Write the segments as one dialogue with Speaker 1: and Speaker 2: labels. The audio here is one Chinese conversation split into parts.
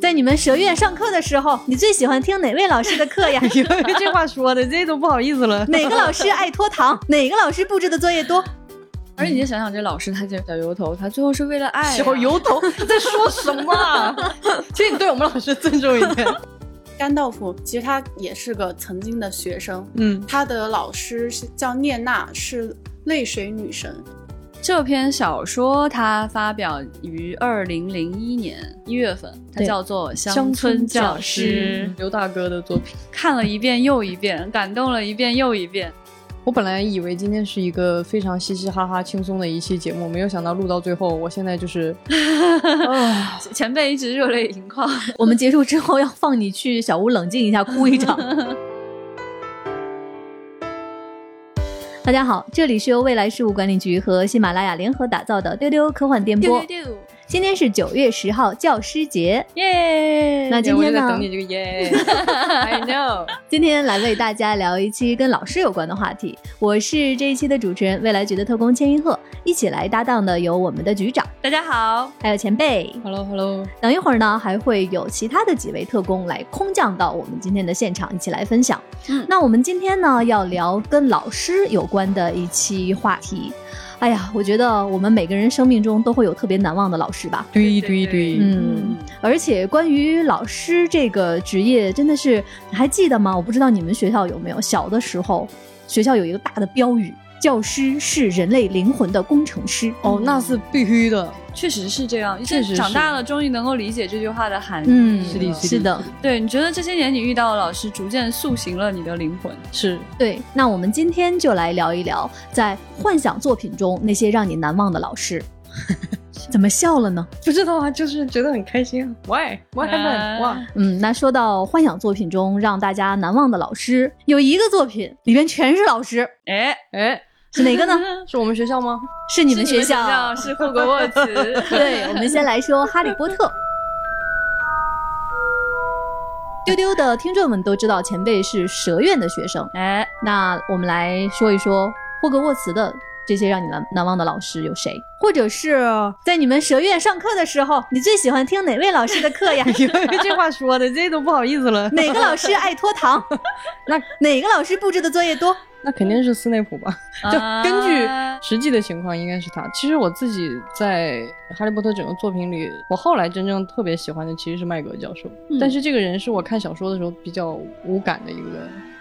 Speaker 1: 在你们学院上课的时候，你最喜欢听哪位老师的课 呀？
Speaker 2: 这话说的，这都不好意思了。
Speaker 1: 哪个老师爱拖 堂？哪个老师布置的作业多？
Speaker 3: 而且你就想想，这老师他这小油头，他最后是为了爱、啊。
Speaker 2: 小油 头在说什么啊？ 其实你对我们老师尊重一点。
Speaker 4: 甘道夫其实他也是个曾经的学生，
Speaker 2: 嗯，
Speaker 4: 他的老师是叫聂娜，是泪水女神。
Speaker 3: 这篇小说它发表于二零零一年一月份，它叫做《乡村教师》，
Speaker 2: 刘大哥的作品，
Speaker 3: 看了一遍又一遍，感动了一遍又一遍。
Speaker 2: 我本来以为今天是一个非常嘻嘻哈哈、轻松的一期节目，没有想到录到最后，我现在就是
Speaker 3: 啊、前辈一直热泪盈眶。
Speaker 1: 我们结束之后要放你去小屋冷静一下，哭一场。 大家好，这里是由未来事务管理局和喜马拉雅联合打造的《丢丢科幻电波》。
Speaker 3: 丢丢丢
Speaker 1: 今天是九月十号，教师节，
Speaker 3: 耶！
Speaker 1: 那今天
Speaker 2: 呢？
Speaker 1: 我
Speaker 2: 在等你这个耶 ，I know。
Speaker 1: 今天来为大家聊一期跟老师有关的话题。我是这一期的主持人，未来局的特工千一鹤，一起来搭档的有我们的局长，
Speaker 3: 大家好，
Speaker 1: 还有前辈
Speaker 2: ，Hello Hello。
Speaker 1: 等一会儿呢，还会有其他的几位特工来空降到我们今天的现场，一起来分享。
Speaker 3: 嗯，
Speaker 1: 那我们今天呢，要聊跟老师有关的一期话题。哎呀，我觉得我们每个人生命中都会有特别难忘的老师吧。
Speaker 2: 对对对，
Speaker 1: 嗯，而且关于老师这个职业，真的是还记得吗？我不知道你们学校有没有。小的时候，学校有一个大的标语：“教师是人类灵魂的工程师。”
Speaker 2: 哦，那是必须的，
Speaker 3: 确实是这样。
Speaker 2: 确实是
Speaker 3: 长大了，终于能够理解这句话的含义。
Speaker 1: 嗯，
Speaker 2: 是的，
Speaker 1: 是的，
Speaker 3: 对，你觉得这些年你遇到的老师，逐渐塑形了你的灵魂。
Speaker 2: 是。
Speaker 1: 对。那我们今天就来聊一聊，在幻想作品中那些让你难忘的老师。 怎么笑了呢？
Speaker 2: 不知道啊，就是觉得很开心啊。Why? What happened? 哇、
Speaker 1: 嗯，那说到幻想作品中让大家难忘的老师，有一个作品里边全是老师，
Speaker 3: 哎，
Speaker 2: 哎，
Speaker 1: 是哪 个呢？
Speaker 2: 是我们学校吗？
Speaker 1: 是你
Speaker 3: 是
Speaker 1: 们
Speaker 3: 学
Speaker 1: 学校。
Speaker 3: 是霍格沃茨。
Speaker 1: 对，我们先来说《哈利波特》。 丢丢的听众们都知道，前辈是蛇院的学生。
Speaker 3: 哎，
Speaker 1: 那我们来说一说霍格沃茨的这些让你难难忘的老师有谁，或者是在你们蛇院上课的时候，你最喜欢听哪位老师的课呀？
Speaker 2: 这话说的，这都不好意思了。
Speaker 1: 哪个老师爱拖堂？
Speaker 2: 那
Speaker 1: 哪个老师布置的作业多？
Speaker 2: 那肯定是斯内普吧？就
Speaker 3: 啊
Speaker 2: 根据实际的情况，应该是他。其实我自己在《哈利波特》整个作品里，我后来真正特别喜欢的其实是麦格教授，
Speaker 3: 嗯
Speaker 2: 但是这个人是我看小说的时候比较无感的一个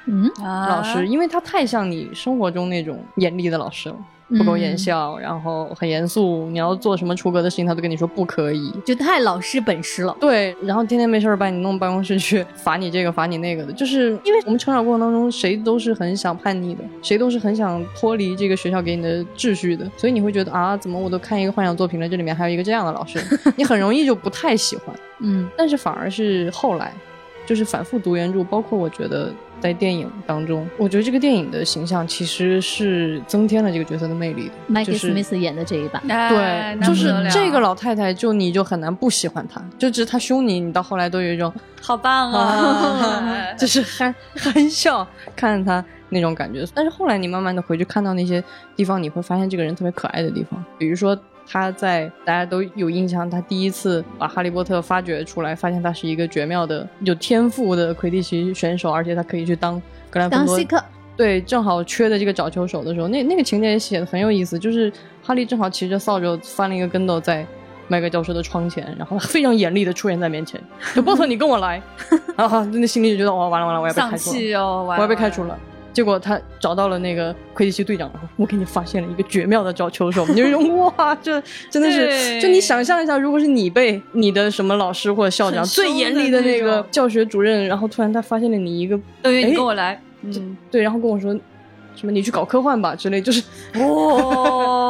Speaker 1: 嗯，
Speaker 3: 啊
Speaker 2: 老师，，因为他太像你生活中那种严厉的老师了，嗯不苟言笑，然后很严肃，你要做什么出格的事情，他都跟你说不可以。
Speaker 1: 嗯，就太老师本师了。
Speaker 2: 对，然后天天没事儿把你弄办公室去，罚你这个罚你那个的，就是因为我们成长过程当中，谁都是很想叛逆的，谁都是很想脱离这个学校给你的秩序的，所以你会觉得啊，怎么我都看一个幻想作品了，这里面还有一个这样的老师，你很容易就不太喜欢。
Speaker 1: 嗯
Speaker 2: 但是反而是后来，就是反复读原著，包括我觉得在电影当中，我觉得这个电影的形象其实是增添了这个角色的魅力的，就
Speaker 1: ，Michael
Speaker 2: 是。
Speaker 1: Smith 演的这一版，
Speaker 3: 哎
Speaker 2: 对，
Speaker 3: 那
Speaker 2: 就
Speaker 3: 不
Speaker 2: 是
Speaker 3: 得了
Speaker 2: 这个老太太，就你就很难不喜欢她，就只是她凶你，你到后来都有一种
Speaker 3: 好棒
Speaker 2: 啊
Speaker 3: 啊，！
Speaker 2: 就是憨憨笑看着他那种感觉。但是后来你慢慢的回去看到那些地方，你会发现这个人特别可爱的地方，比如说。他在大家都有印象，他第一次把哈利波特发掘出来，发现他是一个绝妙的有天赋的魁地奇选手，而且他可以去当格兰芬
Speaker 1: 当
Speaker 2: 多
Speaker 1: Sick
Speaker 2: 对，正好缺的这个找球手的时候，那那个情节也写的很有意思，就是哈利正好骑着扫帚翻了一个跟斗在麦克教授的窗前，然后他非常严厉的出现在面前，就波特你跟我 来，然后那心里就觉得哦完了完了，我要被
Speaker 3: 丧
Speaker 2: 开除了，
Speaker 3: 气哦，我
Speaker 2: 我要被开除了。结果他找到了那个魁地奇队长，然后我给你发现了一个绝妙的找球手，你就说哇，这真的
Speaker 3: 对
Speaker 2: 是，就你想象一下，如果是你被你的什么老师或者校长
Speaker 3: 很凶
Speaker 2: 最
Speaker 3: 的
Speaker 2: 严厉的那
Speaker 3: 那
Speaker 2: 个
Speaker 3: 种
Speaker 2: 教学主任，然后突然他发现了你一个
Speaker 3: 邓云，
Speaker 2: 哎
Speaker 3: 你跟我来。嗯，
Speaker 2: 对，然后跟我说什么你去搞科幻吧之类，就是
Speaker 3: 哦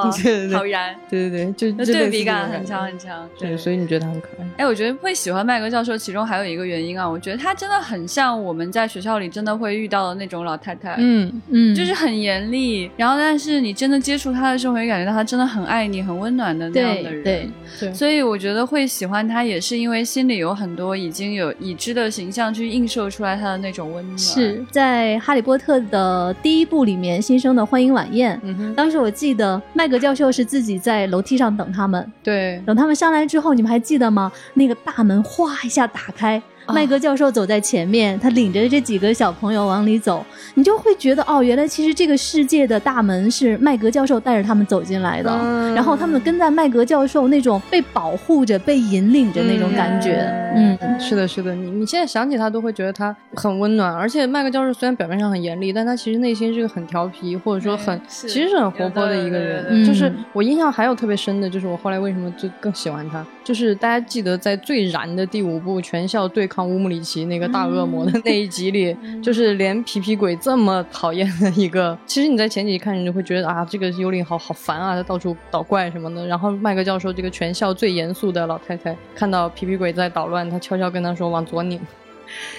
Speaker 2: 对对对
Speaker 3: 好燃，
Speaker 2: 对对对，就
Speaker 3: 那
Speaker 2: 就
Speaker 3: 对
Speaker 2: 类似
Speaker 3: 比
Speaker 2: 这种
Speaker 3: 感很强
Speaker 2: 觉
Speaker 3: 很强。
Speaker 2: 对，所以你觉得他很可爱？
Speaker 3: 哎，我觉得会喜欢麦格教授，其中还有一个原因啊，我觉得他真的很像我们在学校里真的会遇到的那种老太太，，
Speaker 2: 嗯，
Speaker 1: 嗯，
Speaker 3: 就是很严厉，然后但是你真的接触他的时候，会感觉到他真的很爱你、很温暖的那样的
Speaker 1: 对
Speaker 3: 人。
Speaker 1: 对，
Speaker 2: 对，
Speaker 3: 所以我觉得会喜欢他，也是因为心里有很多已经有已知的形象去映射出来他的那种温暖。
Speaker 1: 是在《哈利波特》的呃第一部里面新生的欢迎晚宴。
Speaker 2: 嗯哼，
Speaker 1: 当时我记得麦格教授是自己在楼梯上等他们，
Speaker 2: 对，
Speaker 1: 等他们上来之后，你们还记得吗？那个大门哗一下打开，
Speaker 2: 啊
Speaker 1: 麦格教授走在前面，他领着这几个小朋友往里走，你就会觉得哦，原来其实这个世界的大门是麦格教授带着他们走进来的，
Speaker 2: 嗯
Speaker 1: 然后他们跟在麦格教授那种被保护着、被引领着那种感觉，嗯。
Speaker 2: 是的，是的，你你现在想起他都会觉得他很温暖，而且麦克教授虽然表面上很严厉，但他其实内心是个很调皮，或者说很
Speaker 3: 对是
Speaker 2: 其实是很活泼的一个
Speaker 3: 有的有
Speaker 2: 人。
Speaker 1: 的
Speaker 2: 就是
Speaker 1: 嗯
Speaker 2: 我印象还有特别深的，就是我后来为什么就更喜欢他，就是大家记得在最燃的第五部《全校对抗乌姆里奇》那个大恶魔
Speaker 3: 嗯
Speaker 2: 的那一集 里，就是连皮皮鬼这么讨厌的一个，其实你在前几集看你就会觉得啊，这个幽灵好好烦啊，他到处捣怪什么的。然后麦克教授这个全校最严肃的老太太，看到皮皮鬼在捣乱，她悄悄跟他说往左拧，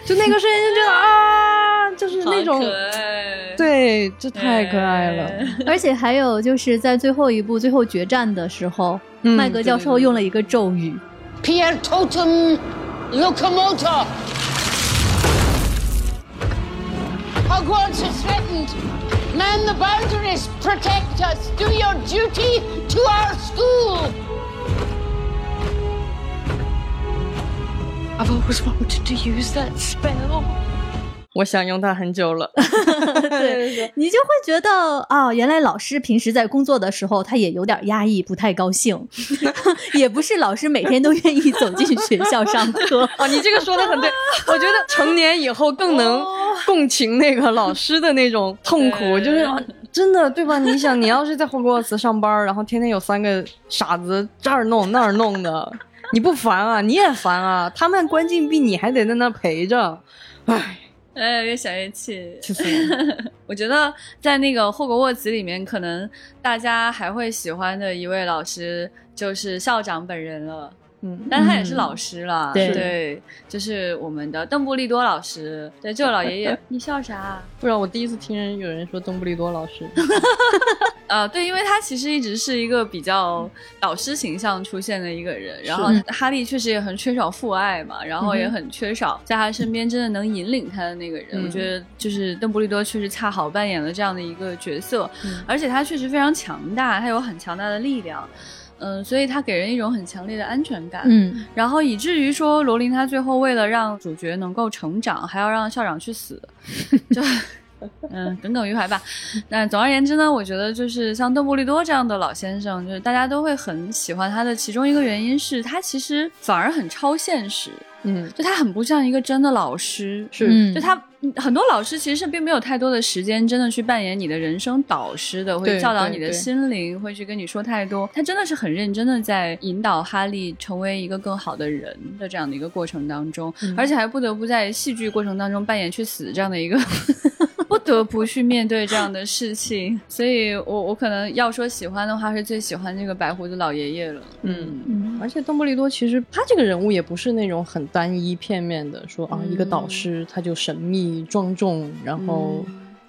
Speaker 2: 就那个瞬间就觉得啊，就是那种
Speaker 3: 好可爱，
Speaker 2: 对，这太可爱了。
Speaker 3: 对
Speaker 1: 而且还有就是在最后一部最后决战的时候，
Speaker 2: 嗯
Speaker 1: 麦格教授用了一个咒语，
Speaker 5: Pierre Totem Locomotor. Hogwarts is threatened. Man the boundaries, protect us. Do your duty to our school. I've always wanted to use that spell.
Speaker 2: 我想用它很久了。
Speaker 1: 对，你就会觉得啊、原来老师平时在工作的时候，他也有点压抑，不太高 兴，也不是老师每天都愿意走进学校上课。
Speaker 2: 哦，你这个说的很对，我觉得成年以后更能共情那个老师的那种痛苦，就是啊真的对吧？你想，你要是在霍格沃茨上班，然后天天有三个傻子这儿弄那儿弄的，你不烦啊？你也烦啊？他们关禁闭，你还得在那儿陪着，唉，
Speaker 3: 哎，越想越气。
Speaker 2: 气死人了！
Speaker 3: 我觉得在那个霍格沃茨里面，可能大家还会喜欢的一位老师就是校长本人了，
Speaker 2: 嗯，
Speaker 3: 但他也是老师了。
Speaker 1: 对
Speaker 3: 就是我们的邓布利多老师。对，这位老爷爷，你笑啥啊、
Speaker 2: 不知道我第一次听人有人说邓布利多老师，
Speaker 3: 呃，对，因为他其实一直是一个比较导师形象出现的一个人，然后哈利确实也很缺少父爱嘛，然后也很缺少在他身边真的能引领他的那个人。
Speaker 2: 嗯
Speaker 3: 我觉得就是邓布利多确实恰好扮演了这样的一个角色，
Speaker 2: 嗯
Speaker 3: 而且他确实非常强大，他有很强大的力量，嗯、所以他给人一种很强烈的安全感。
Speaker 1: 嗯，
Speaker 3: 然后以至于说罗琳她最后为了让主角能够成长，还要让校长去死， 就。嗯，耿耿于怀吧。那总而言之呢，我觉得就是像邓布利多这样的老先生，就是大家都会很喜欢他的。其中一个原因是他其实反而很超现实，
Speaker 2: 嗯，
Speaker 3: 就他很不像一个真的老师，
Speaker 2: 是
Speaker 1: 嗯
Speaker 3: 就他嗯很多老师其实是并没有太多的时间真的去扮演你的人生导师的，会
Speaker 2: 对
Speaker 3: 教导
Speaker 2: 对
Speaker 3: 你的
Speaker 2: 对
Speaker 3: 心灵，会去跟你说太多。他真的是很认真的在引导哈利成为一个更好的人的这样的一个过程当中，
Speaker 2: 嗯
Speaker 3: 而且还不得不在戏剧过程当中扮演去死这样的 一个。不得不去面对这样的事情，所以我我可能要说喜欢的话，是最喜欢这个白胡子老爷爷了。
Speaker 2: 嗯
Speaker 1: 嗯
Speaker 2: 而且邓布利多其实他这个人物也不是那种很单一片面的，说啊、
Speaker 3: 嗯嗯
Speaker 2: 一个导师他就神秘庄重，然后、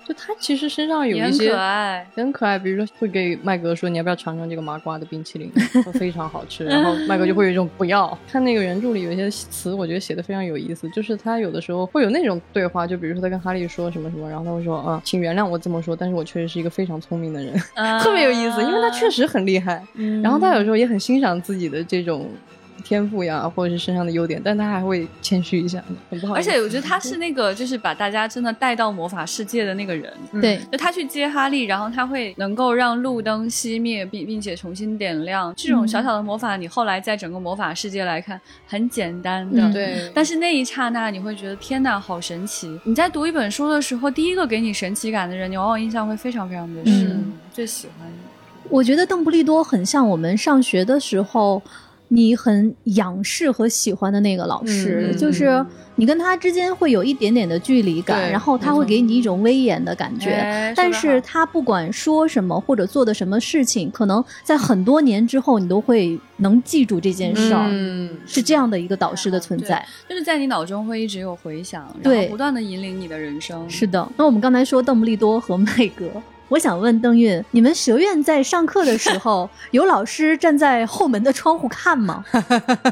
Speaker 2: 就他其实身上有
Speaker 3: 也
Speaker 2: 一
Speaker 3: 很
Speaker 2: 些
Speaker 3: 可爱，
Speaker 2: 也很可爱，比如说会给麦格说你要不要尝尝这个麻瓜的冰淇 淋，说非常好吃，然后麦格就会有一种不要。看那个原著里有一些词，我觉得写的非常有意思，就是他有的时候会有那种对话，就比如说他跟哈利说什么什么，然后他会说啊，请原谅我这么说，但是我确实是一个非常聪明的人，特别有意思，因为他确
Speaker 3: 实。
Speaker 2: 实很厉害。
Speaker 3: 嗯
Speaker 2: 然后他有时候也很欣赏自己的这种天赋呀，或者是身上的优点，但他还会谦虚一下，很不好
Speaker 3: 而
Speaker 2: 意思。
Speaker 3: 且我觉得他是那个，就是把大家真的带到魔法世界的那个人。嗯
Speaker 1: 对，
Speaker 3: 就他去接哈利，然后他会能够让路灯熄灭，并并且重新点亮。这种小小的魔法，你后来在整个魔法世界来看，很简单的。
Speaker 1: 嗯
Speaker 2: 对，
Speaker 3: 但是那一刹那，你会觉得天哪，好神奇！你在读一本书的时候，第一个给你神奇感的人，你往往印象会非常非常的深。
Speaker 1: 嗯
Speaker 3: 最喜欢
Speaker 1: 我觉得邓布利多很像我们上学的时候，你很仰视和喜欢的那个老师，
Speaker 2: 嗯嗯
Speaker 1: 就是你跟他之间会有一点点的距离感，
Speaker 2: 对
Speaker 1: 然后他会给你一种威严的感觉。
Speaker 3: 哎
Speaker 1: 但
Speaker 3: 说得
Speaker 1: 是
Speaker 3: 好
Speaker 1: 他不管说什么或者做的什么事情，可能在很多年之后，你都会能记住这件事儿。
Speaker 2: 嗯，
Speaker 1: 是这样的一个导师的存在。
Speaker 3: 就是在你脑中会一直有回响，然
Speaker 1: 对
Speaker 3: 后不断的引领你的人生。
Speaker 1: 是的，那我们刚才说邓布利多和麦格，我想问邓韵，你们学院在上课的时 候，有老师站在后门的窗户看吗？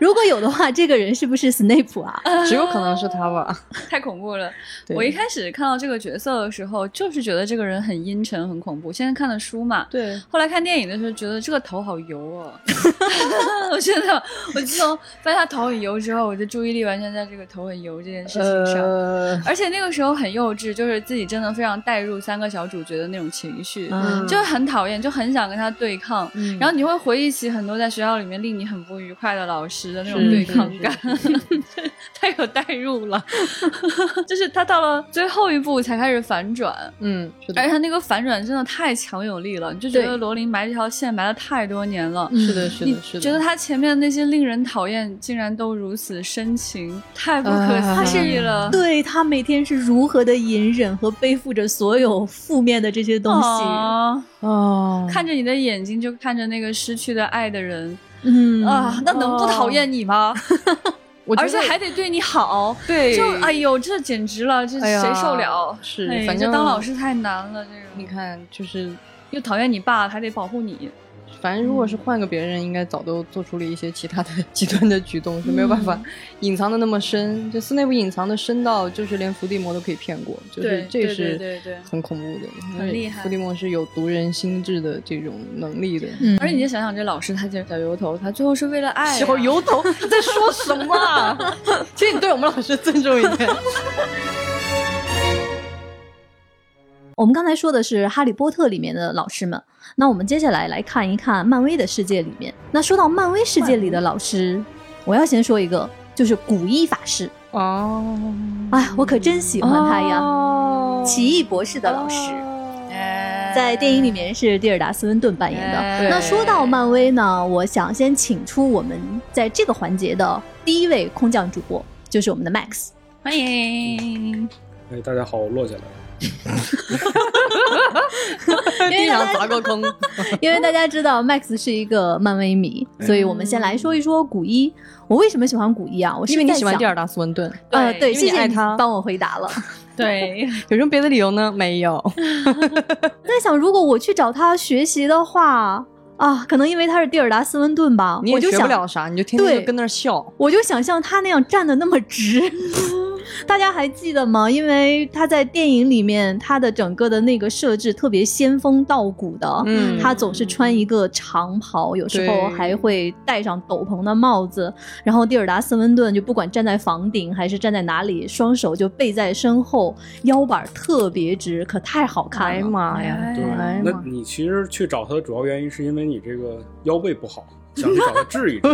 Speaker 1: 如果有的话，这个人是不是 Snape 啊？
Speaker 2: 只有可能是他吧。
Speaker 3: 太恐怖了。
Speaker 2: 对
Speaker 3: 我一开始看到这个角色的时候，就是觉得这个人很阴沉、很恐怖。现在看的书嘛，
Speaker 2: 对，
Speaker 3: 后来看电影的时候觉得这个头好油 哦。 我觉得，我自从发现他头很油之后，我的注意力完全在这个头很油这件事情上。
Speaker 2: 呃，
Speaker 3: 而且那个时候很幼稚，就是自己真的非常带入三个小主角的那种情绪，
Speaker 2: 呃
Speaker 1: 嗯
Speaker 3: 就很讨厌，就很想跟他对抗。
Speaker 2: 嗯
Speaker 3: 然后你会回忆起很多在学校里面令你很不愉快的老师的那种
Speaker 2: 是
Speaker 3: 对
Speaker 2: 是
Speaker 3: 抗
Speaker 2: 是
Speaker 3: 感， 太有代入了。 就是他到了最后一步才开始反转，
Speaker 2: 嗯，是
Speaker 3: 而且
Speaker 2: 的，
Speaker 3: 他那个反转真的太强有力了，你就觉
Speaker 1: 对
Speaker 3: 得罗琳埋这条线埋了太多年了。
Speaker 2: 是的，是
Speaker 3: 嗯你
Speaker 2: 嗯的，是的，
Speaker 3: 觉得他前面那些令人讨厌，竟然都如此深情，太不可
Speaker 2: 啊
Speaker 3: 思议了。
Speaker 1: 对他每天是如何的隐忍和背负着所有负面的这些东西，
Speaker 3: 啊
Speaker 2: 哦，
Speaker 3: 看着你的眼睛，就看着那个失去的爱的人、
Speaker 1: 嗯
Speaker 3: 啊，那能不
Speaker 2: 哦
Speaker 3: 讨厌你吗？
Speaker 2: 我觉
Speaker 3: 而
Speaker 2: 得
Speaker 3: 且还得对你好，
Speaker 2: 对，
Speaker 3: 就哎呦，这简直了，这
Speaker 2: 哎呀
Speaker 3: 谁受了？
Speaker 2: 是
Speaker 3: 哎
Speaker 2: 反
Speaker 3: 这
Speaker 2: 正
Speaker 3: 当老师太难了，这个
Speaker 2: 你看，就是
Speaker 3: 又讨厌你爸，还得保护你，
Speaker 2: 反正如果是换个别人，应该早都做出了一些其他的 极端的举动，是没有办法隐藏的那么深。就斯内普隐藏的深到，就是连伏地魔都可以骗过，就是
Speaker 3: 对
Speaker 2: 这
Speaker 3: 对对
Speaker 2: 是
Speaker 3: 对对
Speaker 2: 很恐怖的，
Speaker 3: 很厉害
Speaker 2: 伏地魔是有读人心智的这种能力的。
Speaker 1: 嗯
Speaker 3: 而且你就想想，这老师他这小油头，他最后是为了爱、啊，
Speaker 2: 小油头，你在说什么啊？ 请你对我们老师尊重一点。
Speaker 1: 我们刚才说的是《哈利波特》里面的老师们，那我们接下来来看一看漫威的世界里面。那说到漫威世界里的老师，我要先说一个，就是古一法师。
Speaker 2: 哦，
Speaker 1: 哎，我可真喜欢他呀！
Speaker 2: 哦
Speaker 1: 奇异博士的老师，
Speaker 3: 哦哎
Speaker 1: 在电影里面是蒂尔达·斯温顿扮演的。
Speaker 3: 哎
Speaker 1: 那说到漫威呢，我想先请出我们在这个环节的第一位空降主播，就是我们的 Max。
Speaker 3: 欢迎，
Speaker 6: 哎，大家好，我落下来了。
Speaker 2: 地上砸个坑。
Speaker 1: 因
Speaker 2: 哦
Speaker 1: 为大家知道 Max 是一个漫威迷，所以我们先来说一说古一。我为什么喜欢古一啊？我是
Speaker 2: 因为你喜欢
Speaker 1: 在想
Speaker 2: 蒂尔达斯文顿，
Speaker 1: 呃，对，
Speaker 2: 因为
Speaker 1: 谢
Speaker 2: 你
Speaker 1: 谢
Speaker 2: 爱
Speaker 1: 你
Speaker 2: 他
Speaker 1: 帮我回答了。
Speaker 3: 对，
Speaker 2: 有什么别的理由呢？没有。
Speaker 1: 在想，如果我去找他学习的话，啊，可能因为他是蒂尔达斯温顿吧，
Speaker 2: 你
Speaker 1: 我
Speaker 2: 也
Speaker 1: 就
Speaker 2: 学不
Speaker 1: 想，
Speaker 2: 了啥，你就天天
Speaker 1: 对
Speaker 2: 就跟那儿笑。
Speaker 1: 我就想像他那样站的那么直。 大家还记得吗？因为他在电影里面，他的整个的那个设置特别仙风道骨的，
Speaker 2: 嗯
Speaker 1: 他总是穿一个长袍，有时候
Speaker 2: 对
Speaker 1: 还会戴上斗篷的帽子。然后蒂尔达·斯温顿就不管站在房顶还是站在哪里，双手就背在身后，腰板特别直，可太好
Speaker 2: 哎
Speaker 1: 看
Speaker 2: 呀
Speaker 1: 了。
Speaker 2: 妈呀！
Speaker 6: 对，
Speaker 2: 哎呀
Speaker 6: 嗯那
Speaker 2: 妈
Speaker 6: 你其实去找他的主要原因是因为你这个腰背不好，想去找他 治一治。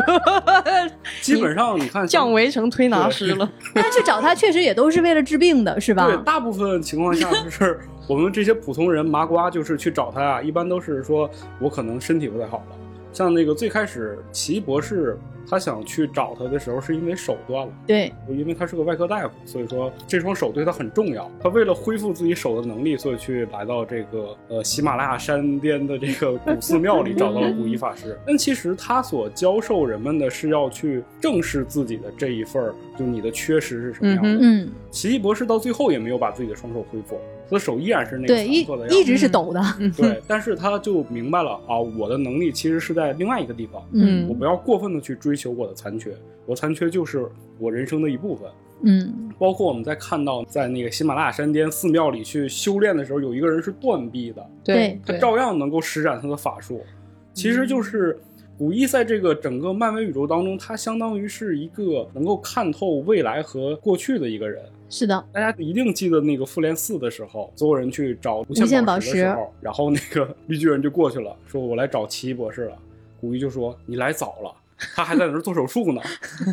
Speaker 6: 基本上你看
Speaker 2: 降维成推拿师了，
Speaker 1: 但是去找他确实也都是为了治病的，是吧？
Speaker 6: 对，大部分情况下就是 我们这些普通人麻瓜，就是去找他啊，一般都是说我可能身体不太好了。像那个最开始奇异博士，他想去找他的时候，是因为手断了，
Speaker 1: 对
Speaker 6: 因为他是个外科大夫，所以说这双手对他很重要。他为了恢复自己手的能力，所以去来到这个呃喜马拉雅山边的这个古寺庙里，找到了古一 法师。但其实他所教授人们的是要去正视自己的这一份儿，就你的缺失是什么样的。
Speaker 2: 嗯哼
Speaker 1: 嗯，
Speaker 6: 奇异博士到最后也没有把自己的双手恢复，他的手依然是那个
Speaker 1: 对，一
Speaker 6: 残破的样子。
Speaker 1: 一直嗯
Speaker 2: 嗯
Speaker 1: 是抖的。
Speaker 6: 对，但是他就明白了啊，我的能力其实是在另外一个地方，
Speaker 1: 嗯
Speaker 6: 我不要过分的去追求我的残缺，我残缺就是我人生的一部分。
Speaker 1: 嗯
Speaker 6: 包括我们在看到在那个喜马拉雅山巅寺庙里去修炼的时候，有一个人是断臂的，
Speaker 1: 对
Speaker 6: 他
Speaker 2: 对，
Speaker 6: 照样能够施展他的法术。其实就是古一在这个整个漫威宇宙当中，他相当于是一个能够看透未来和过去的一个人。
Speaker 1: 是的，
Speaker 6: 大家一定记得那个复联四的时候，所有人去找无
Speaker 1: 无限
Speaker 6: 限
Speaker 1: 宝
Speaker 6: 宝石的时
Speaker 1: 石
Speaker 6: 候，然后那个绿巨人就过去了，说我来找奇异博士了。古一就说你来早了，他还在那儿做手术呢。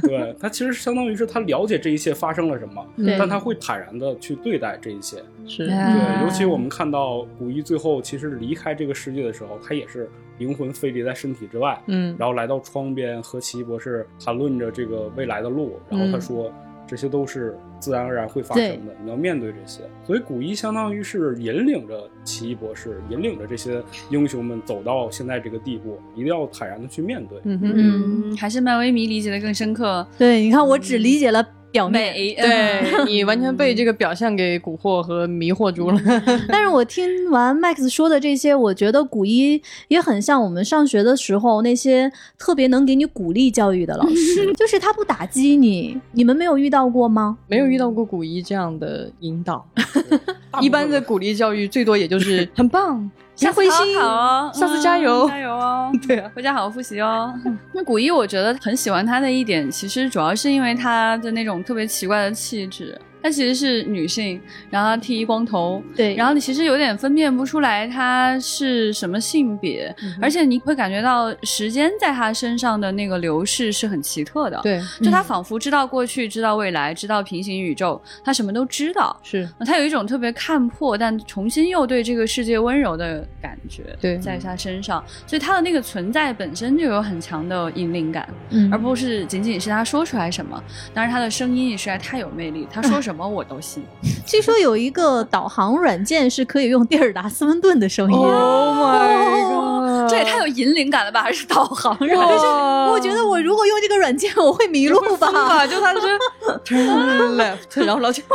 Speaker 6: 对他其实相当于是他了解这一切发生了什么，
Speaker 1: 对
Speaker 2: 嗯
Speaker 6: 但他会嗯坦然的去对待这一切。
Speaker 2: 是
Speaker 3: 哎
Speaker 6: 对，
Speaker 3: 啊
Speaker 6: 尤其我们看到古一最后其实离开这个世界的时候，他也是灵魂飞离在身体之外，
Speaker 2: 嗯，
Speaker 6: 然后来到窗边和奇异博士谈论着这个未来的路，然后他说。这些都是自然而然会发生的，你要面对这些。所以古一相当于是引领着奇异博士，引领着这些英雄们走到现在这个地步，一定要坦然的去面对。
Speaker 2: 嗯哼，
Speaker 1: 嗯
Speaker 3: 嗯，还是漫威迷理解的更深刻。
Speaker 1: 对，你看我只理解了表面。
Speaker 3: 美，
Speaker 2: 对你完全被这个表象给蛊惑和迷惑住了。
Speaker 1: 但是我听完 Max 说的这些，我觉得古一也很像我们上学的时候那些特别能给你鼓励教育的老师，就是他不打击你。你们没有遇到过吗？
Speaker 2: 没有遇到过古一这样的引导，
Speaker 6: 大部分
Speaker 2: 一般的鼓励教育最多也就是很棒，别
Speaker 3: 下
Speaker 2: 灰
Speaker 3: 次
Speaker 2: 心，
Speaker 3: 好好哦，
Speaker 2: 下次
Speaker 3: 嗯
Speaker 2: 加油。
Speaker 3: 加油 哦！
Speaker 2: 对啊，
Speaker 3: 回家好好复习哦。 那古一，我觉得很喜欢他的一点，其实主要是因为他的那种特别奇怪的气质。她其实是女性，然后她剃一光头，
Speaker 1: 对
Speaker 3: 嗯然
Speaker 1: 后
Speaker 3: 后你其实有点分辨不出来她是什么性别，而且你会感觉到时间在她身上的那个流逝是很奇特的。，
Speaker 2: 对，
Speaker 3: 就她仿佛知道过去，知道未来，知道平行宇宙，她什么都知道。
Speaker 2: 是
Speaker 3: 她有一种特别看破，但重新又对这个世界温柔的感觉，
Speaker 2: 对
Speaker 3: 在她身上，所以她的那个存在本身就有很强的引领感，
Speaker 1: 嗯
Speaker 3: 而不是仅仅是她说出来什么。当然，她的声音也实在太有魅力，她
Speaker 2: 嗯
Speaker 3: 说什么我 都信。
Speaker 1: 据说有一个导航软件是可以用蒂尔达斯温顿的声音。
Speaker 2: ，Oh my god，
Speaker 3: 这也太有引领感了吧？还 是导航
Speaker 2: 哦
Speaker 3: 人？
Speaker 2: 哇！
Speaker 1: 我觉得我如果用这个软件，我会迷路吧？
Speaker 2: 啊，就他是 turn left，然后老去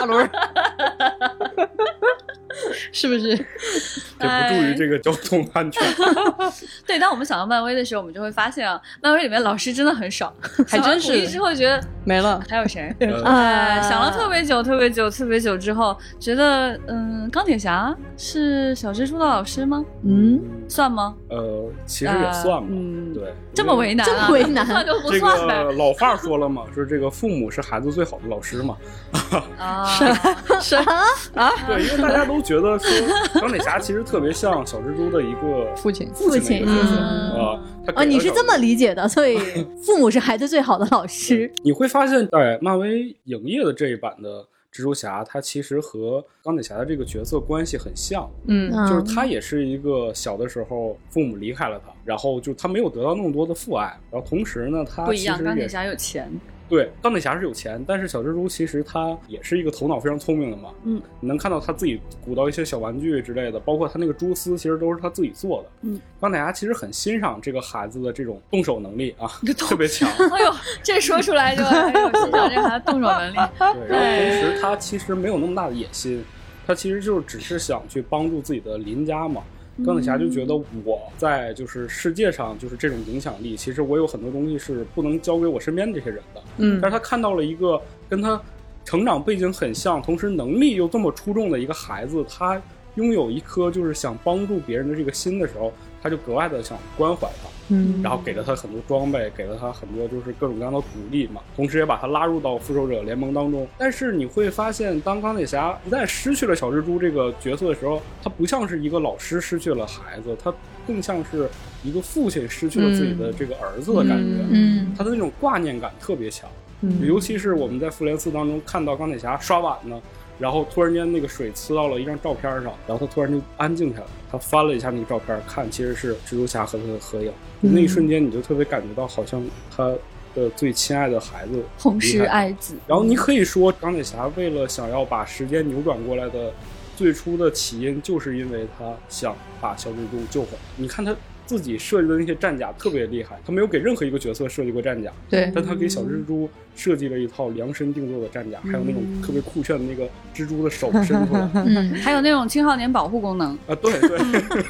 Speaker 2: 大轮儿，是不是？
Speaker 6: 也不助于这个交通安全。
Speaker 3: 对，当我们想到漫威的时候，我们就会发现啊，漫威里面老师真的很少，
Speaker 2: 还真
Speaker 3: 想到古一
Speaker 2: 是
Speaker 3: 之后觉得啊
Speaker 2: 没了。
Speaker 3: 还有谁？
Speaker 6: 呃
Speaker 3: 哎，
Speaker 1: 啊，
Speaker 3: 想了特别久、特别久、特别久之后，觉得嗯，钢铁侠是小蜘蛛的老师吗？
Speaker 1: 嗯，
Speaker 3: 算吗？
Speaker 6: 呃，其实也算吧，
Speaker 3: 呃嗯
Speaker 6: 对，
Speaker 3: 这么为
Speaker 6: 难。
Speaker 3: 难、啊，
Speaker 1: 这么为难
Speaker 3: 不算就不
Speaker 6: 这
Speaker 3: 算
Speaker 6: 个
Speaker 3: 呗。
Speaker 6: 老话说了嘛，说这个父母是孩子最好的老 师嘛。
Speaker 3: 啊，
Speaker 6: 对，因为大家都觉得说钢铁侠其实特别像小蜘蛛的一个
Speaker 2: 父亲
Speaker 6: 父亲的一个角色
Speaker 3: 嗯
Speaker 6: 啊。他给
Speaker 1: 啊，你
Speaker 6: 了
Speaker 1: 是
Speaker 6: 小
Speaker 1: 这么理解的，所以父母是孩子最好的老师。
Speaker 6: 你会发现在漫威影业的这一版的蜘蛛侠，他其实和钢铁侠的这个角色关系很像，
Speaker 2: 嗯
Speaker 1: 嗯
Speaker 6: 就是他也是一个小的时候父母离开了他，然后就他没有得到那么多的父爱，然后同时呢，他
Speaker 3: 不
Speaker 6: 其
Speaker 3: 一样，
Speaker 6: 实
Speaker 3: 钢铁
Speaker 6: 也
Speaker 3: 侠有钱，
Speaker 6: 对，钢铁侠是有钱，但是小蜘蛛其实他也是一个头脑非常聪明的嘛。
Speaker 3: 嗯，
Speaker 6: 你能看到他自己鼓捣一些小玩具之类的，包括他那个蛛丝，其实都是他自己做的。
Speaker 3: 嗯，
Speaker 6: 钢铁侠其实很欣赏这个孩子的这种动手能力啊， 特别强。
Speaker 3: 哎呦，这说出来就哎呦，欣赏这孩子动手能力。
Speaker 6: 对，然后同时他其实没有那么大的野心，他其实就是只是想去帮助自己的邻家嘛。钢铁侠就觉得我在就是世界上就是这种影响力，其实我有很多东西是不能交给我身边这些人的。
Speaker 2: 嗯
Speaker 6: 但是他看到了一个跟他成长背景很像，同时能力又这么出众的一个孩子，他拥有一颗就是想帮助别人的这个心的时候，他就格外的想关怀他。
Speaker 2: 嗯
Speaker 6: 然后给了他很多装备，给了他很多就是各种各样的鼓励嘛，同时也把他拉入到复仇者联盟当中。但是你会发现，当钢铁侠一旦失去了小蜘蛛这个角色的时候，他不像是一个老师失去了孩子，他更像是一个父亲失去了自己的这个儿子的感觉。
Speaker 1: 嗯
Speaker 6: 他的那种挂念感特别强，
Speaker 2: 嗯
Speaker 6: 尤其是我们在复联四当中看到钢铁侠刷碗呢，然后突然间那个水呲到了一张照片上，然后他突然就安静下来，他翻了一下那个照片，看其实是蜘蛛侠和他的合影，那一瞬间你就特别感觉到好像他的最亲爱的孩子
Speaker 3: 同时
Speaker 6: 离开他
Speaker 3: 爱子，
Speaker 6: 然后你可以说，钢铁侠为了想要把时间扭转过来的最初的起因，就是因为他想把小蜘蛛救回来。你看他自己设计的那些战甲特别厉害，他没有给任何一个角色设计过战甲，
Speaker 3: 嗯
Speaker 2: 对
Speaker 6: 但他给小蜘蛛设计了一套量身定做的战甲，还有那种特别酷炫的那个蜘蛛的手伸出 来。
Speaker 1: 嗯，
Speaker 3: 还有那种青少年保护功能，
Speaker 6: 啊，对对，对，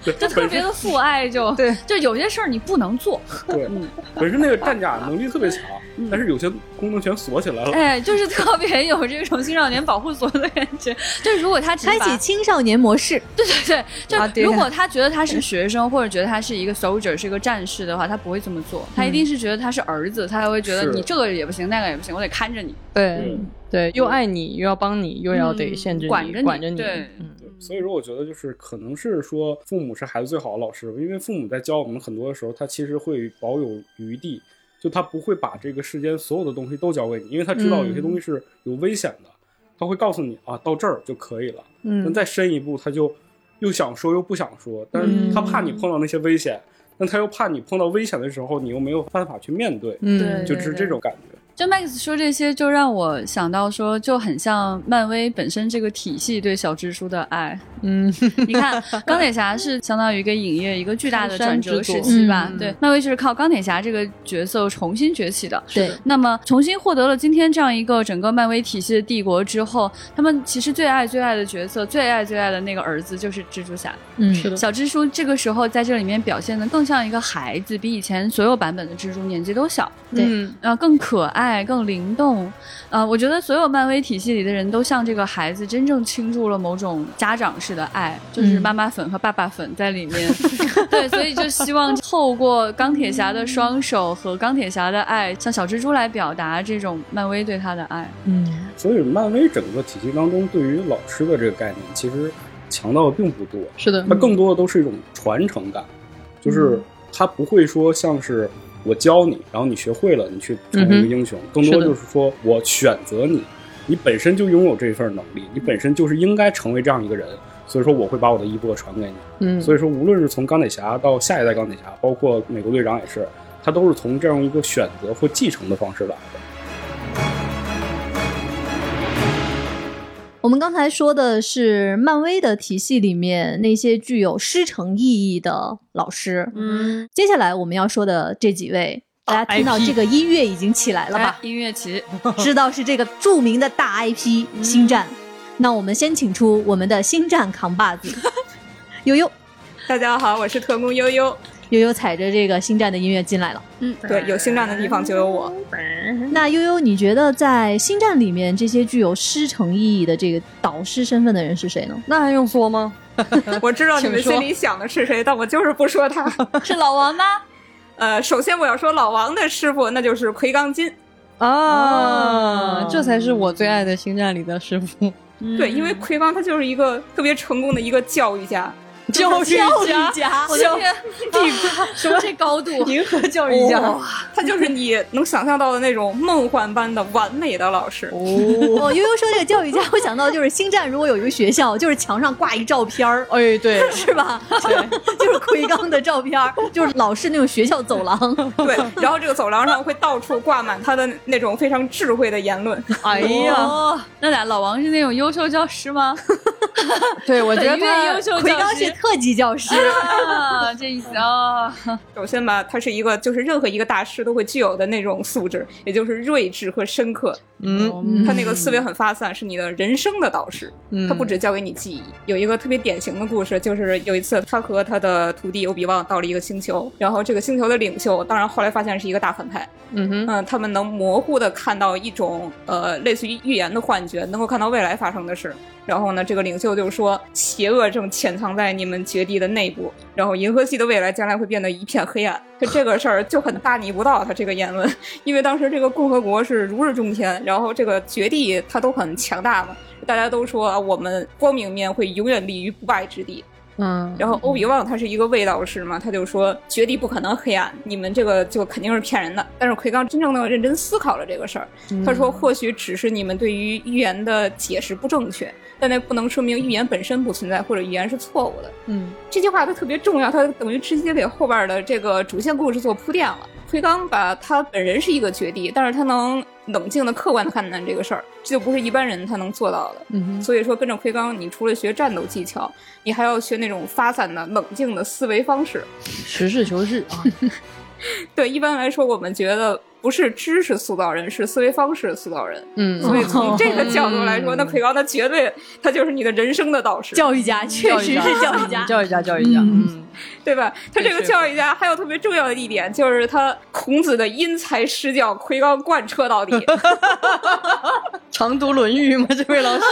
Speaker 3: 就特别的父爱就，
Speaker 2: 对
Speaker 3: 就有些事儿你不能做，
Speaker 6: 本身 对，本身那个战甲能力特别强，
Speaker 3: 嗯
Speaker 6: 但是有些功能全锁起来了。
Speaker 3: 哎，就是特别有这种青少年保护所的感觉。就是如果他只
Speaker 1: 开
Speaker 3: 是把
Speaker 1: 启青少年模式。
Speaker 3: 对对
Speaker 2: 啊
Speaker 3: 对，
Speaker 2: 对
Speaker 3: 就如果他觉得他是学生，或者觉得他是一个 soldier，是一个战士的话，他不会这么做，他一定是觉得他是儿子，他才会觉得
Speaker 6: 是
Speaker 3: 你这个也不行，那个也不行，我得看着你，
Speaker 2: 对
Speaker 6: 嗯
Speaker 2: 对，又爱你又要帮你又要得限制
Speaker 3: 嗯
Speaker 2: 你
Speaker 3: 管着你
Speaker 2: 管着你，
Speaker 3: 对
Speaker 2: 嗯
Speaker 6: 对，所以说我觉得就是可能是说父母是孩子最好的老师，因为父母在教我们很多的时候，他其实会保有余地，就他不会把这个世间所有的东西都教给你，因为他知道有些
Speaker 2: 嗯
Speaker 6: 东西是有危险的，他会告诉你啊，到这儿就可以了。但
Speaker 2: 嗯
Speaker 6: 再深一步，他就又想说又不想说，但是他怕你
Speaker 2: 嗯
Speaker 6: 碰到那些危险，但他又怕你碰到危险的时候，你又没有办法去面对，
Speaker 2: 嗯
Speaker 3: 对
Speaker 6: 就是这种感觉。
Speaker 3: 就 Max 说这些，就让我想到说，就很像漫威本身这个体系对小蜘蛛的爱。
Speaker 2: 嗯，
Speaker 3: 你 看，钢铁侠是相当于一个影业一个巨大的转折时期吧？
Speaker 2: 嗯
Speaker 3: 对，漫威就是靠钢铁侠这个角色重新崛起的。
Speaker 1: 对，
Speaker 3: 那么重新获得了今天这样一个整个漫威体系的帝国之后，他们其实最爱最爱的角色，最爱最爱的那个儿子就是蜘蛛侠。
Speaker 1: 嗯，
Speaker 2: 是的
Speaker 3: 小蜘蛛这个时候在这里面表现的更像一个孩子，比以前所有版本的蜘蛛年纪都小，
Speaker 1: 对
Speaker 2: 嗯
Speaker 3: 呃，更可爱，更灵动。呃，我觉得所有漫威体系里的人都像这个孩子，真正倾注了某种家长式的爱，就是
Speaker 1: 嗯
Speaker 3: 妈妈粉和爸爸粉在里面。 对，所以就希望透过钢铁侠的双手和钢铁侠的爱，向小蜘蛛来表达这种漫威对他的爱。
Speaker 1: 嗯，
Speaker 6: 所以漫威整个体系当中，对于老师的这个概念，其实强调的并不多，
Speaker 2: 是的
Speaker 6: 它，更多的都是一种传承感，就是
Speaker 2: 嗯
Speaker 6: 它不会说像是我教你，然后你学会了，你去成为一个英雄，更
Speaker 2: 嗯
Speaker 6: 多
Speaker 2: 是的
Speaker 6: 就是说我选择你，你本身就拥有这份能力，你本身就是应该成为这样一个人。所以说我会把我的衣钵传给你。
Speaker 2: 嗯，
Speaker 6: 所
Speaker 2: 以
Speaker 6: 以说，无论是从钢铁侠到下一代钢铁侠，包括美国队长也是，他都是从这样一个选择或继承的方式来的。
Speaker 1: 我们刚才说的是漫威的体系里面那些具有师承意义的老师。
Speaker 3: 嗯，
Speaker 1: 接下来我们要说的这几位，大家听到这个音乐已经起来了
Speaker 3: 来吧
Speaker 1: 吧，？
Speaker 3: 哎音乐旗，
Speaker 1: 知道是这个著名的大 IP 星战。那我们先请出我们的星战扛把子悠悠，
Speaker 7: 大家好，我是特工悠悠。
Speaker 1: 悠悠踩着这个星战的音乐进来了。
Speaker 7: 对，有星战的地方就有我。
Speaker 1: 那悠悠，你觉得在星战里面这些具有师承意义的这个导师身份的人是谁呢？
Speaker 2: 那还用说吗？
Speaker 7: 我知道你们
Speaker 2: 请说
Speaker 7: 心里想的是谁，但我就是不说他。
Speaker 3: 是老王吗？
Speaker 7: 呃，首先我要说老王的师傅，那就是奎刚金。
Speaker 2: 啊
Speaker 3: 哦，
Speaker 2: 这才是我最爱的星战里的师傅，
Speaker 7: 对，因为奎刚他就是一个特别成功的一个教育家。
Speaker 2: 教育家，
Speaker 1: 家
Speaker 3: 我的天，地
Speaker 1: 啊
Speaker 3: 什么这高度？
Speaker 2: 银河教育家，
Speaker 1: 哦
Speaker 7: 哇他就是你能想象到的那种梦幻般的完美的老师。
Speaker 2: 哦，
Speaker 1: 我悠悠说这个教育家，我想到就是星战，如果有一个学校，就是墙上挂一照片儿，
Speaker 2: 哎，对，
Speaker 1: 是吧？ 就是奎刚的照片儿，就是老式那种学校走廊。
Speaker 7: 对，然后这个走廊上会到处挂满他的那种非常智慧的言论。
Speaker 2: 哎呀，
Speaker 3: 哦，那俩老王是那种优秀教师 吗？
Speaker 2: 对，我觉得
Speaker 3: 本月
Speaker 2: 他
Speaker 3: 优秀
Speaker 1: 奎
Speaker 3: 教
Speaker 1: 刚
Speaker 3: 师
Speaker 1: 是特级教师，
Speaker 3: 啊，这意思啊，
Speaker 7: 首先吧，他是一个就是任何一个大师都会具有的那种素质，也就是睿智和深刻。
Speaker 2: 嗯
Speaker 1: 嗯
Speaker 7: 他那个思维很发散，是你的人生的导师。
Speaker 2: 嗯，
Speaker 7: 他不只教给你记忆。有一个特别典型的故事，就是有一次他和他的徒弟欧比旺到了一个星球，然后这个星球的领袖，当然后来发现是一个大反派。
Speaker 2: 嗯哼，
Speaker 7: 嗯，他们能模糊的看到一种呃类似于预言的幻觉，能够看到未来发生的事。然后呢，这个领袖就说，邪恶正潜藏在你们绝地的内部，然后银河系的未来将来会变得一片黑暗。就这个事儿就很大逆不道，他这个言论，因为当时这个共和国是如日中天，然后这个绝地它都很强大嘛，大家都说啊我们光明面会永远立于不败之地。
Speaker 2: 嗯，
Speaker 7: 然后欧比旺他是一个卫道士嘛，他就说绝地不可能黑暗，你们这个就肯定是骗人的。但是奎刚真正的认真思考了这个事儿，他
Speaker 2: 嗯
Speaker 7: 说或许只是你们对于预言的解释不正确，但那不能说明预言本身不存在，或者预言是错误的。
Speaker 2: 嗯，
Speaker 7: 这句话它特别重要，它等于直接给后边的这个主线故事做铺垫了。奎刚把他本人是一个绝地，但是他能冷静的、客观的看待这个事儿，这就不是一般人他能做到的。
Speaker 2: 嗯哼，
Speaker 7: 所以说，跟着奎刚，你除了学战斗技巧，你还要学那种发散的、冷静的思维方式。
Speaker 2: 实事求是啊，
Speaker 7: 对，一般来说，我们觉得不是知识塑造人，是思维方式塑造人。
Speaker 2: 嗯，
Speaker 1: 哦
Speaker 7: 所以从这个角度来 说，
Speaker 2: 嗯
Speaker 7: 那奎刚他绝对他就是你的人生的导师，
Speaker 1: 教育家确实是教育家。
Speaker 2: 教育家，教育家，嗯
Speaker 1: 嗯，
Speaker 7: 对吧？他这个
Speaker 2: 对
Speaker 7: 教育家还有特别重要的一点，就是他孔子的因材施教，奎刚贯彻到底。
Speaker 2: 常读《论语》吗？这位老师，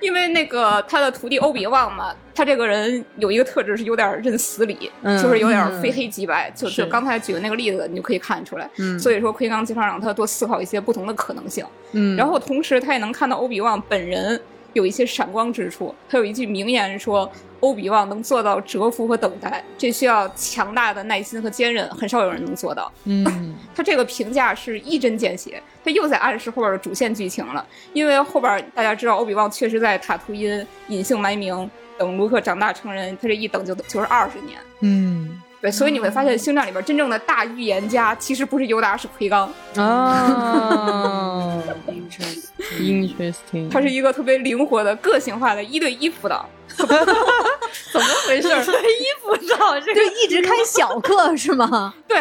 Speaker 7: 因为那个他的徒弟欧比旺嘛，他这个人有一个特质是有点认死理，
Speaker 2: 嗯
Speaker 7: 就是有点非黑即白，就是就刚才举的那个例子，你就可以看出来。
Speaker 2: 嗯
Speaker 7: 所以说，奎刚经常让他多思考一些不同的可能性，
Speaker 2: 嗯
Speaker 7: 然后同时他也能看到欧比旺本人有一些闪光之处。他有一句名言说：“欧比旺能做到蛰伏和等待，这需要强大的耐心和坚韧，很少有人能做到。”
Speaker 2: 嗯，
Speaker 7: 他这个评价是一针见血，他又在暗示后边的主线剧情了。因为后边大家知道，欧比旺确实在塔图因隐姓埋名，等卢克长大成人，他这一等就就是二十年。
Speaker 2: 嗯，
Speaker 7: 对，所以你会发现《星战》里边真正的大预言家其实不是尤达，是奎刚，
Speaker 2: 啊
Speaker 3: Interesting，
Speaker 2: ，interesting，
Speaker 7: 他是一个特别灵活的、个性化的一对一 辅导。怎么回事？
Speaker 3: 不知道这
Speaker 1: 就一直开小课是吗？
Speaker 7: 对，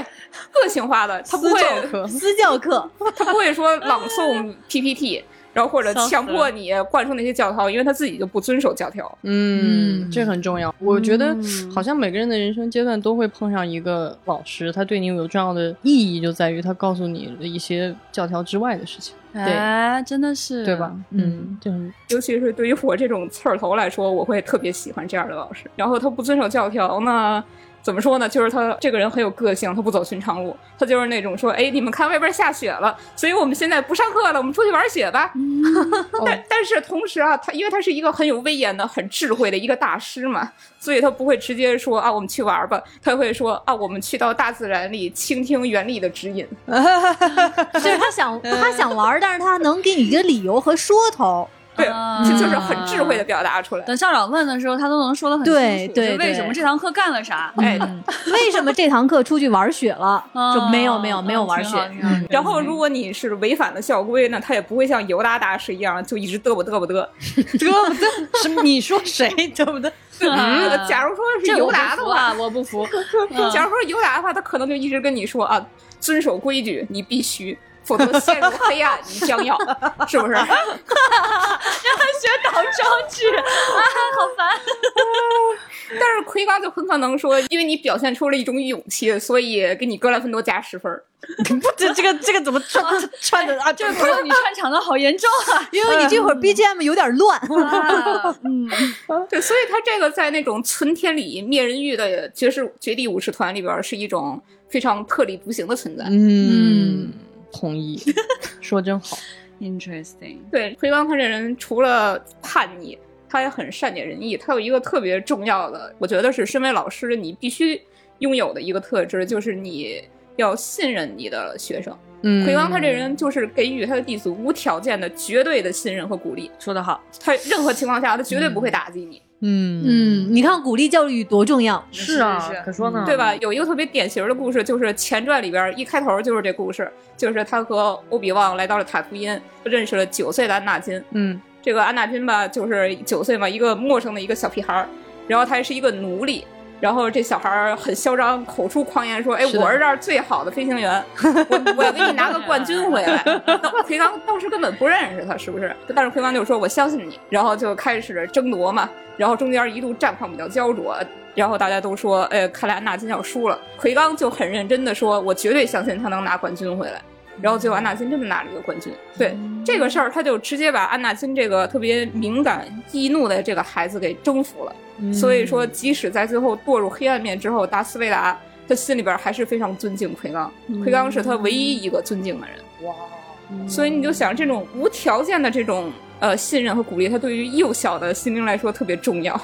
Speaker 7: 个性化的，他不会，
Speaker 2: 科
Speaker 1: 私教课，
Speaker 7: 他不会说朗诵 PPT，然后或者
Speaker 3: 笑死
Speaker 7: 强迫你灌输那些教条，因为他自己就不遵守教条。
Speaker 2: 嗯，
Speaker 1: 嗯
Speaker 2: 这很重要。我觉得好像每个人的人生阶段都会碰上一个老师，他对你有重要的意义就在于他告诉你一些教条之外的事情，
Speaker 3: 哎，真的是
Speaker 2: 对吧？嗯，这很
Speaker 7: 尤其是对于我这种刺儿头来说，我会特别喜欢这样的老师。然后他不遵守教条呢，怎么说呢？就是他这个人很有个性，他不走寻常路，他就是那种说，哎，你们看外边下雪了，所以我们现在不上课了，我们出去玩雪吧。但但是同时啊，他因为他是一个很有威严的、很智慧的一个大师嘛，所以他不会直接说啊，我们去玩吧，他会说啊，我们去到大自然里倾听原力的指引。
Speaker 1: 就是他想他想玩，但是他能给你一个理由和说头。
Speaker 7: 对，
Speaker 3: 啊
Speaker 7: 这就是很智慧的表达出来。
Speaker 3: 等校长问的时候，他都能说的很清楚，
Speaker 1: 对对
Speaker 3: 就为什么
Speaker 1: 对嗯
Speaker 3: 这堂课干了啥？
Speaker 7: 哎，
Speaker 1: 为什么这堂课出去玩雪了？
Speaker 3: 啊
Speaker 1: 就没有没有没有玩雪。
Speaker 3: 嗯挺好挺好
Speaker 7: 然后，如果你是违反了校规呢，他也不会像尤达大师一样就一直嘚啵嘚
Speaker 2: 得
Speaker 7: 啵嘚。
Speaker 2: 不得？是你说谁 对不对？
Speaker 7: 嗯，假如说是
Speaker 3: 这
Speaker 7: 尤
Speaker 3: 我不
Speaker 7: 达的
Speaker 3: 服
Speaker 7: 话，
Speaker 3: 啊，我不服。
Speaker 7: 假如说是尤达的话，他可能就一直跟你说啊，遵守规矩，你必须，否则陷入黑暗，你将要，是不是？
Speaker 3: 学倒装 句啊，好烦。
Speaker 7: 但是奎刚就很可能说，因为你表现出了一种勇气，所以给你格兰芬多加十分儿。
Speaker 2: 这这个这个怎么串串的啊？这
Speaker 3: 这朋友你串场的好严重 啊！
Speaker 1: 因为你这会儿 BGM 有点乱，
Speaker 3: 啊嗯，
Speaker 7: 对，所以他这个在那种存天理灭人欲的绝世绝地武士团里边儿是一种非常特立独行的存在。
Speaker 2: 嗯，同意， 说真好。
Speaker 3: Interesting，
Speaker 7: 对，奎刚他这人除了叛逆，他也很善解人意。他有一个特别重要的，我觉得是身为老师你必须拥有的一个特质，就是你要信任你的学生。
Speaker 2: 嗯，
Speaker 7: 奎刚他这人就是给予他的弟子无条件的、绝对的信任和鼓励。
Speaker 3: 说得好，
Speaker 7: 他任何情况下，他绝对不会打击你，
Speaker 2: 嗯嗯
Speaker 1: 嗯，你看鼓励教育多重要，
Speaker 2: 是啊
Speaker 3: 是，是
Speaker 2: 可说呢，
Speaker 7: 对吧？？有一个特别典型的故事，就是前传里边一开头就是这故事，就是他和欧比旺来到了塔图因，认识了九岁的安纳金。
Speaker 2: 嗯
Speaker 7: 这个安纳金吧，就是九岁嘛，一个陌生的一个小屁孩儿，然后他还是一个奴隶。然后这小孩儿很嚣张，口出狂言说：“哎，
Speaker 2: 是的
Speaker 7: 我是这儿最好的飞行员，我我要给你拿个冠军回来。”那奎刚当时根本不认识他，是不是？但是奎刚就说：“我相信你。”然后就开始争夺嘛，然后中间一度战况比较焦灼，然后大家都说：“哎，看来安纳金要输了。”奎刚就很认真的说：“我绝对相信他能拿冠军回来。”然后最后安纳金真的拿了一个冠军。
Speaker 2: 嗯
Speaker 7: 对这个事儿，他就直接把安纳金这个特别敏感、易怒的这个孩子给征服了。所以说，即使在最后堕入黑暗面之后，达斯维达他心里边还是非常尊敬奎刚，奎刚是他唯一一个尊敬的人。哇！所以你就想，这种无条件的这种呃信任和鼓励，他对于幼小的心灵来说特别重要。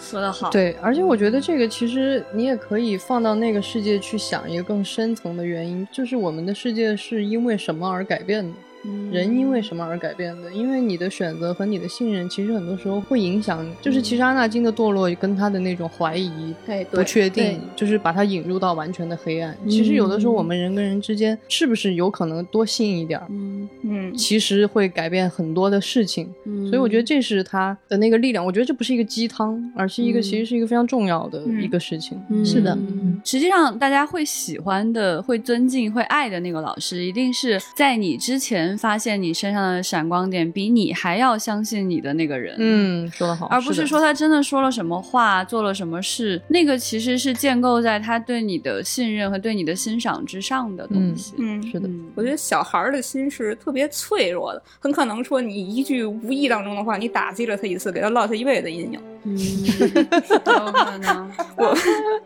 Speaker 3: 说得好。
Speaker 2: 对，而且我觉得这
Speaker 7: 嗯
Speaker 2: 个其实你也可以放到那个世界去想一个更深层的原因，就是我们的世界是因为什么而改变的，
Speaker 7: 嗯
Speaker 2: 人因为什么而改变的？因为你的选择和你的信任，其实很多时候会影响你。就是其实阿纳金的堕落跟他的那种怀疑、
Speaker 7: 嗯哎，
Speaker 2: 不
Speaker 7: 对，嗯
Speaker 2: 确定
Speaker 1: 对，
Speaker 2: 就是把他引入到完全的黑暗。其实有的时候我们人跟人之间是不是有可能多信一点儿？
Speaker 3: 嗯，
Speaker 7: 嗯，
Speaker 2: 其实会改变很多的事情，
Speaker 1: 嗯
Speaker 2: 所以我觉
Speaker 3: 嗯
Speaker 2: 得这是他的那个力量。我觉得这不是一个鸡汤，而是一个、
Speaker 3: 嗯
Speaker 2: 其实是一个非常重要的
Speaker 7: 嗯
Speaker 2: 一个事情。
Speaker 3: 嗯
Speaker 1: 是的
Speaker 3: 嗯实际上大家会喜欢的、会尊敬、会爱的那个老师，一定是在你之前发现你身上的闪光点，比你还要相信你的那个人。。
Speaker 2: 嗯，说得好，
Speaker 3: 而不
Speaker 2: 是
Speaker 3: 是
Speaker 2: 的
Speaker 3: 说他真的说了什么话，做了什么事，那个其实是建构在他对你的信任和对你的欣赏之上的东西。
Speaker 7: 嗯，
Speaker 2: 是的，
Speaker 3: 嗯
Speaker 7: 我觉得小孩儿的心是特别脆弱的，很可能说你一句无意当中的话，你打击了他一次，给他落下一辈子阴影，
Speaker 3: 嗯，有可能。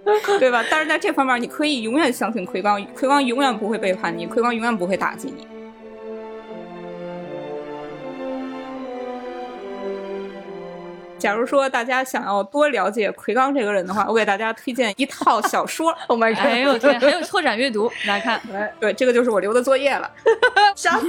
Speaker 7: 对吧？但是在这方面，你可以永远相信奎刚，奎刚永远不会背叛你，奎刚永远不会打击你。假如说大家想要多了解奎刚这个人的话，我给大家推荐一套小说。
Speaker 2: Oh my
Speaker 3: 哎呦 天， 还有拓展阅读，来看，
Speaker 7: 对，这个就是我留的作业了。
Speaker 2: 吓死！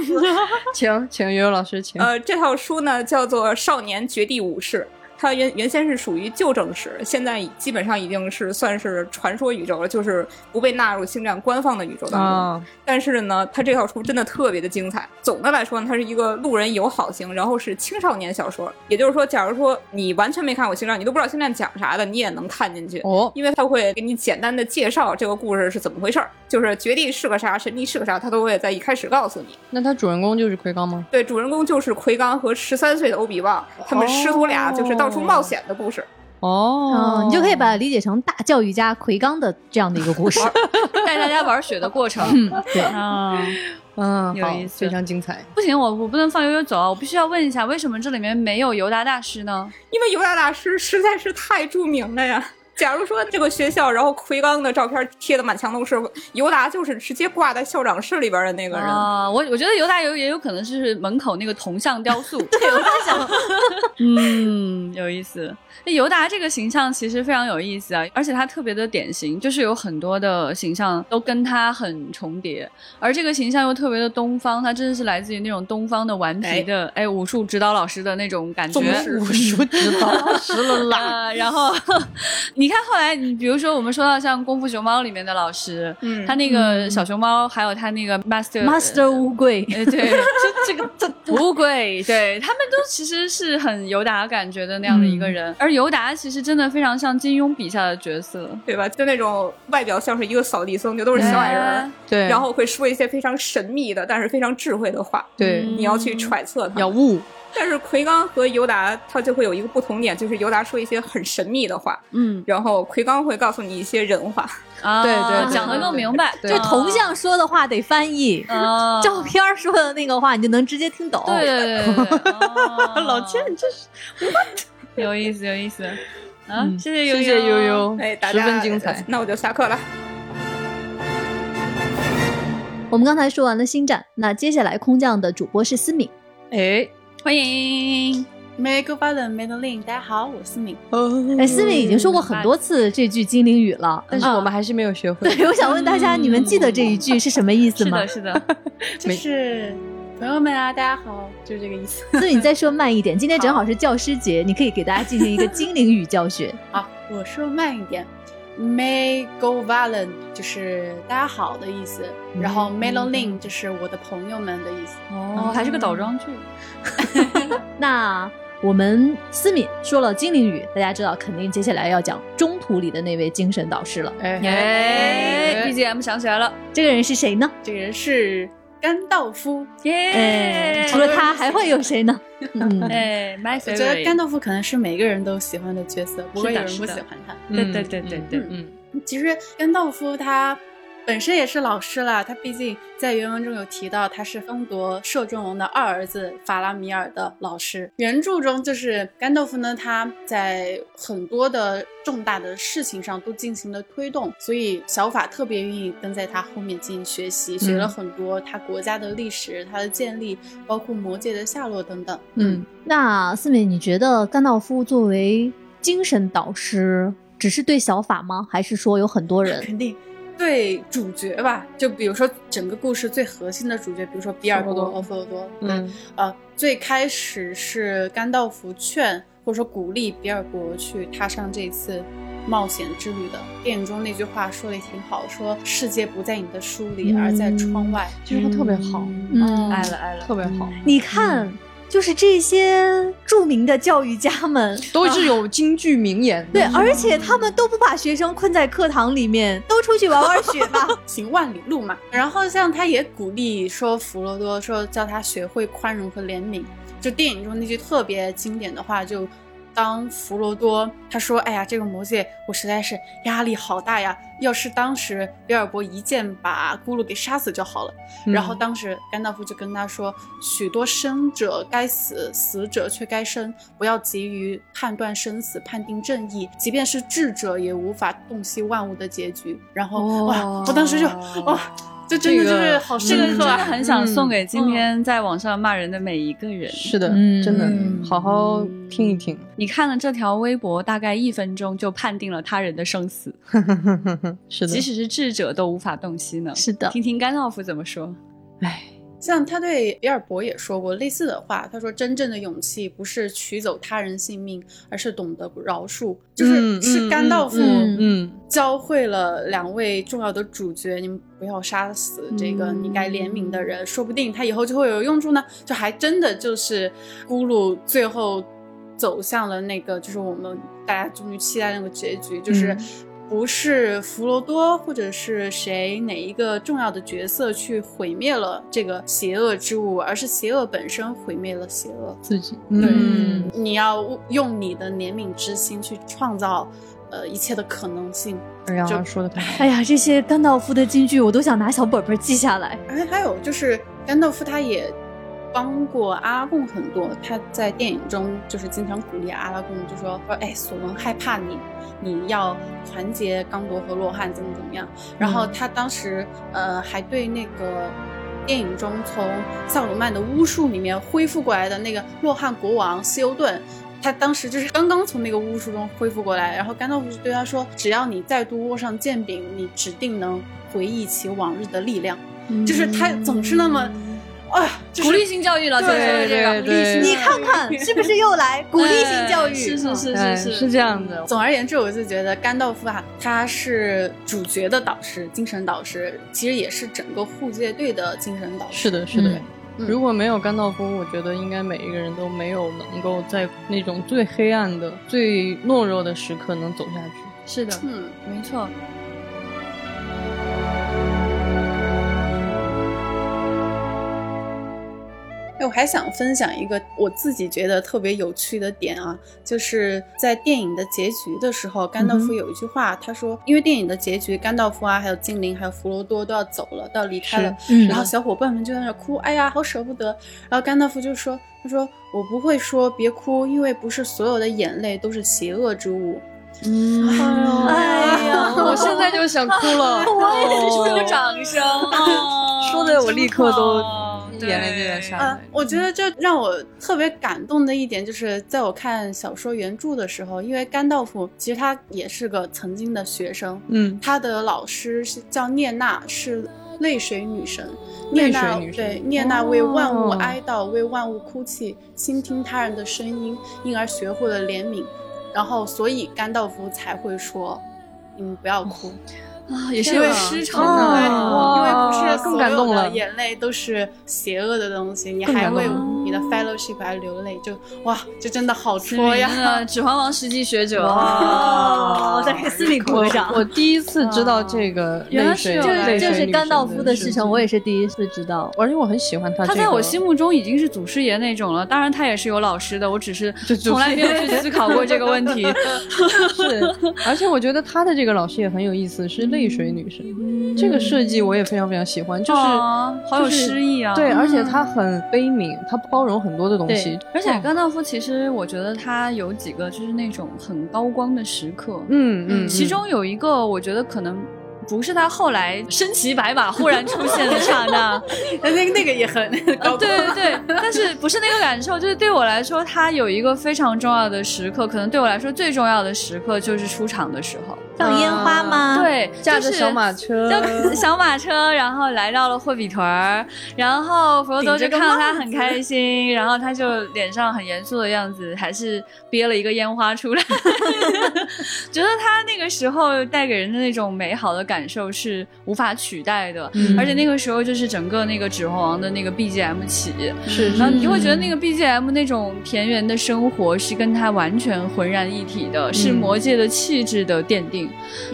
Speaker 2: 请请悠悠老师，请
Speaker 7: 呃，这套书呢叫做《少年绝地武士》，它原原先是属于旧正史，现在已基本上已经是算是传说宇宙了，就是不被纳入星战官方的宇宙当中。
Speaker 2: 啊，
Speaker 7: 但是呢，它这套书真的特别的精彩。总的来说呢，它是一个路人友好型，然后是青少年小说。也就是说，假如说你完全没看过《星战》，你都不知道《星战》讲啥的，你也能看进去。
Speaker 2: 哦，
Speaker 7: 因为它会给你简单的介绍这个故事是怎么回事儿，就是绝地是个啥，神力是个啥，它都会在一开始告诉你。
Speaker 2: 那他主人公就是奎刚吗？
Speaker 7: 对，主人公就是奎刚和十三岁的欧比旺，他们师徒俩就是到处冒险的故事。
Speaker 2: 哦
Speaker 1: 哦，，你就可以把它理解成大教育家奎刚的这样的一个故事。
Speaker 3: 带大家玩雪的过程。
Speaker 1: 对
Speaker 3: 啊，
Speaker 2: 嗯，
Speaker 3: 有
Speaker 2: 好
Speaker 3: 意思
Speaker 2: 非常精彩。
Speaker 3: 不行，我我不能放悠悠走啊，我必须要问一下，为什么这里面没有尤达大师呢？
Speaker 7: 因为犹大大师实在是太著名了呀。假如说这个学校，然后奎刚的照片贴的满墙都是，尤达就是直接挂在校长室里边的那个人。
Speaker 2: 哦
Speaker 3: 啊，我我觉得尤达有也有可能是门口那个铜像雕塑。对，我在想， 嗯，有意思。那尤达这个形象其实非常有意思啊，而且他特别的典型，就是有很多的形象都跟他很重叠，而这个形象又特别的东方，他真的是来自于那种东方的顽皮的哎武术指导老师的那种感觉。
Speaker 7: 宗师
Speaker 2: 术指导师了啦，
Speaker 3: 啊，然后你看后来，你比如说我们说到像《功夫熊猫》里面的老师，
Speaker 7: 嗯
Speaker 3: 他那个小熊猫，还有他那个 Master
Speaker 1: Master 乌龟，
Speaker 3: 哎，对，这这个 这乌龟，对他们都其实是很尤达感觉的那样的一个人，而尤达其实真的非常像金庸笔下的角色，
Speaker 7: 对吧？就那种外表像是一个扫地僧，就都是小矮人儿，
Speaker 2: 对，
Speaker 7: 然后会说一些非常神秘的，但是非常智慧的话。
Speaker 2: 对
Speaker 7: 你要去揣测他。
Speaker 2: 要悟，
Speaker 7: 但是奎刚和尤达他就会有一个不同点，就是尤达说一些很神秘的话，
Speaker 3: 嗯
Speaker 7: 然后奎刚会告诉你一些人话。
Speaker 3: 啊，
Speaker 2: 对对对
Speaker 3: 讲的
Speaker 2: 对
Speaker 3: 更
Speaker 2: 对
Speaker 3: 明白，
Speaker 2: 对
Speaker 1: 就铜像说的话得翻译，
Speaker 3: 啊，
Speaker 1: 照片说的那个话你就能直接听懂。
Speaker 3: 对对对对对，哦
Speaker 2: 老千，你这是
Speaker 3: 有意思有意思，啊，
Speaker 2: 嗯
Speaker 3: 谢谢悠
Speaker 2: 谢谢悠悠，
Speaker 7: 哎，大
Speaker 2: 十
Speaker 7: 家
Speaker 2: 分精彩。
Speaker 7: 那我就下课了。
Speaker 1: 我们刚才说完了星战，那接下来空降的主播是思敏。
Speaker 2: 哎，
Speaker 3: 欢迎，
Speaker 4: Make a Fallen, Make a Lin，大家好，我是敏。
Speaker 3: 嗯
Speaker 1: 哎，思敏已经说过很多次这句精灵语了，啊
Speaker 2: 但是我们还是没有学会。
Speaker 1: 对，我想问大家，你们记得这一句是什么意思
Speaker 3: 嗯是
Speaker 1: 吗
Speaker 3: 的，？ 是的，
Speaker 4: 就是朋友们啊，大家好，就是这个意思。
Speaker 1: 思敏再说慢一点，今天正好是教师节，你可以给大家进行一个精灵语教学。
Speaker 4: 好，我说慢一点。May go valen 就是大家好的意思，然后 melolin 就是我的朋友们的意思。
Speaker 3: 嗯哦，还是个倒装句，
Speaker 1: 那我们思敏说了精灵语，大家知道肯定接下来要讲中途里的那位精神导师了。
Speaker 2: 哎，
Speaker 3: 耶
Speaker 2: 哎
Speaker 3: ，BGM 想起来了，
Speaker 1: 这个人是谁呢？
Speaker 4: 这个人是甘道夫，
Speaker 1: 哎
Speaker 3: 耶，，
Speaker 1: 除了他还会有谁呢？ 嗯，
Speaker 3: 哎，My
Speaker 4: 我觉得甘
Speaker 3: favorite，
Speaker 4: 道夫可能是每个人都喜欢的角色，不会有人
Speaker 3: 是
Speaker 4: 不
Speaker 3: 的
Speaker 4: 喜
Speaker 3: 是的
Speaker 4: 欢他。
Speaker 3: 对对对对对
Speaker 2: 嗯，
Speaker 4: 其实甘道夫他本身也是老师啦，他毕竟在原文中有提到他是封夺摄政王的二儿子法拉米尔的老师。原著中就是甘道夫呢，他在很多的重大的事情上都进行了推动，所以小法特别愿意跟在他后面进行学习，学了很多他国家的历史、他的建立，包括魔界的下落等等。
Speaker 2: 嗯，
Speaker 1: 那思敏，你觉得甘道夫作为精神导师，只是对小法吗？还是说有很多人？
Speaker 4: 肯定对主角吧，就比如说整个故事最核心的主角，比如说比尔多、
Speaker 2: 佛
Speaker 4: 奥弗罗多，对，
Speaker 2: 嗯
Speaker 4: 呃，最开始是甘道夫劝或者说鼓励比尔博去踏上这次冒险之旅的。电影中那句话说的也挺好，说世界不在你的书里，而在窗外。
Speaker 2: 这句话特别好，
Speaker 1: 嗯，
Speaker 3: 爱了爱了，
Speaker 2: 特别好，
Speaker 1: 你看，就是这些著名的教育家们，
Speaker 2: 都是有京剧名言的。
Speaker 1: 对，而且他们都不把学生困在课堂里面，都出去玩玩雪吧。
Speaker 4: 行万里路嘛。然后像他也鼓励说弗罗多说教他学会宽容和怜悯，就电影中那句特别经典的话就。当弗罗多他说：“哎呀，这个魔戒我实在是压力好大呀！要是当时比尔博一剑把咕噜给杀死就好了。”
Speaker 2: 嗯
Speaker 4: 然后当时甘道夫就跟他说：“许多生者该死，死者却该生，不要急于判断生死，判定正义，即便是智者也无法洞悉万物的结局。”然后、哇，我当时就哇，这真的就
Speaker 2: 哦这
Speaker 4: 是
Speaker 2: 个
Speaker 4: 好
Speaker 3: 这
Speaker 4: 深
Speaker 3: 个
Speaker 2: 嗯
Speaker 3: 真
Speaker 4: 刻
Speaker 3: 的
Speaker 4: 啊！
Speaker 3: 很想送给今
Speaker 4: 嗯
Speaker 3: 天在网上骂人的每一个人。
Speaker 2: 是的，
Speaker 1: 嗯
Speaker 2: 真
Speaker 1: 嗯
Speaker 2: 的，好好听一听。
Speaker 3: 你看了这条微博，大概一分钟就判定了他人的生死，
Speaker 2: 是的
Speaker 3: 即，使是智者都无法洞悉呢。
Speaker 1: 是的，
Speaker 3: 听听甘道夫怎么说。
Speaker 2: 哎，
Speaker 4: 像他对比尔博也说过类似的话，他说：“真正的勇气不是取走他人性命，而是懂得饶恕。”就是、
Speaker 2: 嗯
Speaker 4: 是
Speaker 2: 嗯
Speaker 4: 甘道夫
Speaker 1: 嗯
Speaker 2: 嗯，
Speaker 4: 教会了两位重要的主角，你们不要杀死这个
Speaker 2: 嗯
Speaker 4: 你该怜悯的人，说不定他以后就会有用处呢。就还真的就是咕噜最后走向了那个，就是我们大家终于期待那个结局，就是
Speaker 2: 嗯
Speaker 4: 不是弗罗多或者是谁哪一个重要的角色去毁灭了这个邪恶之物，而是邪恶本身毁灭了邪恶。
Speaker 2: 自己
Speaker 1: 嗯
Speaker 2: 嗯
Speaker 4: 你要用你的怜悯之心去创造。呃，一切的可能性，
Speaker 2: 哎呀
Speaker 4: 就，
Speaker 2: 说的太好了，
Speaker 1: 哎呀，这些甘道夫的金句我都想拿小本本记下来。
Speaker 4: 而且还有就是甘道夫他也帮过阿拉贡很多，他在电影中就是经常鼓励阿拉贡，就说说哎，索伦害怕你，你要团结刚铎和洛汗，怎么怎么样。然后他当时呃还对那个。电影中从萨鲁曼的巫术里面恢复过来的那个洛汗国王西欧顿，他当时就是刚刚从那个巫术中恢复过来，然后甘道夫就对他说：“只要你再度握上剑柄，你指定能回忆起往日的力量。”就是他总是那么啊，就是
Speaker 3: 鼓励性教育了，就是
Speaker 2: 对
Speaker 3: 这个
Speaker 2: 对对，
Speaker 1: 你看看是不是又来鼓励性教育？
Speaker 3: 哎 是是是
Speaker 2: 哎
Speaker 3: 是是
Speaker 2: 是这样的，
Speaker 4: 总而言之，我就觉得甘道夫啊，他是主角的导师，精神导师，其实也是整个护戒队的精神导师。
Speaker 2: 是的，是的。
Speaker 4: 嗯
Speaker 2: 如果没有甘道夫，我觉得应该每一个人都没有能够在那种最黑暗的、最懦弱的时刻能走下去。
Speaker 3: 是的，
Speaker 4: 嗯，
Speaker 3: 没错。
Speaker 4: 哎，我还想分享一个我自己觉得特别有趣的点啊，就是在电影的结局的时候，甘
Speaker 2: 嗯
Speaker 4: 道夫有一句话，他说，因为电影的结局，甘道夫啊，还有精灵，还有弗罗多都要走了，都要离开了，
Speaker 1: 嗯
Speaker 4: 然后小伙伴们就在那哭，哎呀，好舍不得。然后甘道夫就说：“他说我不会说别哭，因为不是所有的眼泪都是邪恶之物。
Speaker 2: 嗯
Speaker 1: 哎呀
Speaker 2: 我现在就想哭了。
Speaker 3: 我也是出
Speaker 2: 哦
Speaker 3: 个掌声，哦
Speaker 2: 说得我立刻都
Speaker 3: 哦
Speaker 2: 眼泪就在下来
Speaker 4: 啊，我觉得这让我特别感动的一点，就是在我看小说原著的时候，因为甘道夫其实他也是个曾经的学生，
Speaker 2: 嗯，
Speaker 4: 他的老师是叫聂娜，是泪水女神。聂
Speaker 2: 泪水
Speaker 4: 娜
Speaker 2: 女神
Speaker 4: 对聂娜为万物
Speaker 2: 哦
Speaker 4: 哀悼，为万物哭泣，倾听他人的声音，因而学会了怜悯。然后，所以甘道夫才会说：“你们不要哭，
Speaker 3: 啊，也是因为失宠哎的
Speaker 4: 对，
Speaker 2: 哦
Speaker 4: 哎因为不是
Speaker 2: 更
Speaker 4: 所
Speaker 2: 感动
Speaker 4: 有的
Speaker 2: 了
Speaker 4: 眼泪都是邪恶的东西，你
Speaker 2: 更
Speaker 4: 还
Speaker 2: 感动
Speaker 4: 为
Speaker 2: 了哦
Speaker 4: 你的 fellowship 而流泪，就哇，这真的好
Speaker 3: 知
Speaker 4: 戳
Speaker 3: 名
Speaker 4: 呀！
Speaker 3: 的《指环王》实际学者，
Speaker 1: 哦，我再给斯里鼓
Speaker 2: 我
Speaker 1: 个掌。
Speaker 2: 我第一次知道这个
Speaker 3: 哦原
Speaker 2: 泪
Speaker 3: 来是
Speaker 2: 水，
Speaker 3: 有
Speaker 1: 就
Speaker 3: 的
Speaker 2: 泪
Speaker 1: 是
Speaker 2: 水
Speaker 1: 就是
Speaker 2: 女
Speaker 1: 甘
Speaker 2: 神
Speaker 1: 道夫的
Speaker 2: 事
Speaker 1: 事情，我也是第一次知道。
Speaker 2: 而且我很喜欢他。
Speaker 3: 他在我心
Speaker 2: 目，
Speaker 3: 目中已经是祖师爷那种了，当然他也是有老师的，我只是
Speaker 2: 就祖师爷
Speaker 3: 从来没有去思考过这个问 题。
Speaker 2: 是，而且我觉得他的这个老师也很有意思，是泪水女神。这个设计我也非常非常喜欢，就是
Speaker 3: 嗯哦好有
Speaker 2: 就是
Speaker 3: 诗意啊
Speaker 2: 对，
Speaker 3: 嗯
Speaker 2: 而且他很悲悯，他包容很多的东西
Speaker 1: 对，
Speaker 3: 而且甘道夫其实我觉得他有几个就是那种很高光的时刻，
Speaker 2: 嗯嗯，
Speaker 3: 其中有一个我觉得可能。不是他后来身骑白马忽然出现的刹那，
Speaker 4: 那那那个也 很高光
Speaker 3: 对对对，但是不是那个感受，就是对我来说，他有一个非常重要的时刻，可能对我来说最重要的时刻就是出场的时候，
Speaker 1: 放烟花吗？，
Speaker 3: 嗯对，
Speaker 2: 驾
Speaker 3: 就
Speaker 2: 着
Speaker 3: 是
Speaker 2: 小马车，
Speaker 3: 就小马车，然后来到了霍比屯儿，然后弗罗多就看到他很开心，然后他就脸上很严肃的样子，还是憋了一个烟花出来，觉得他那个时候带给人的那种美好的感受是无法取代的，
Speaker 2: 嗯
Speaker 3: 而且那个时候就是整个那个《指环王》的那个 BGM 起，
Speaker 2: 是嗯
Speaker 3: 然
Speaker 2: 是
Speaker 3: 后你会觉得那个 BGM 那种田园的生活是跟它完全浑然一体的，
Speaker 2: 嗯
Speaker 3: 是魔界的气质的奠定。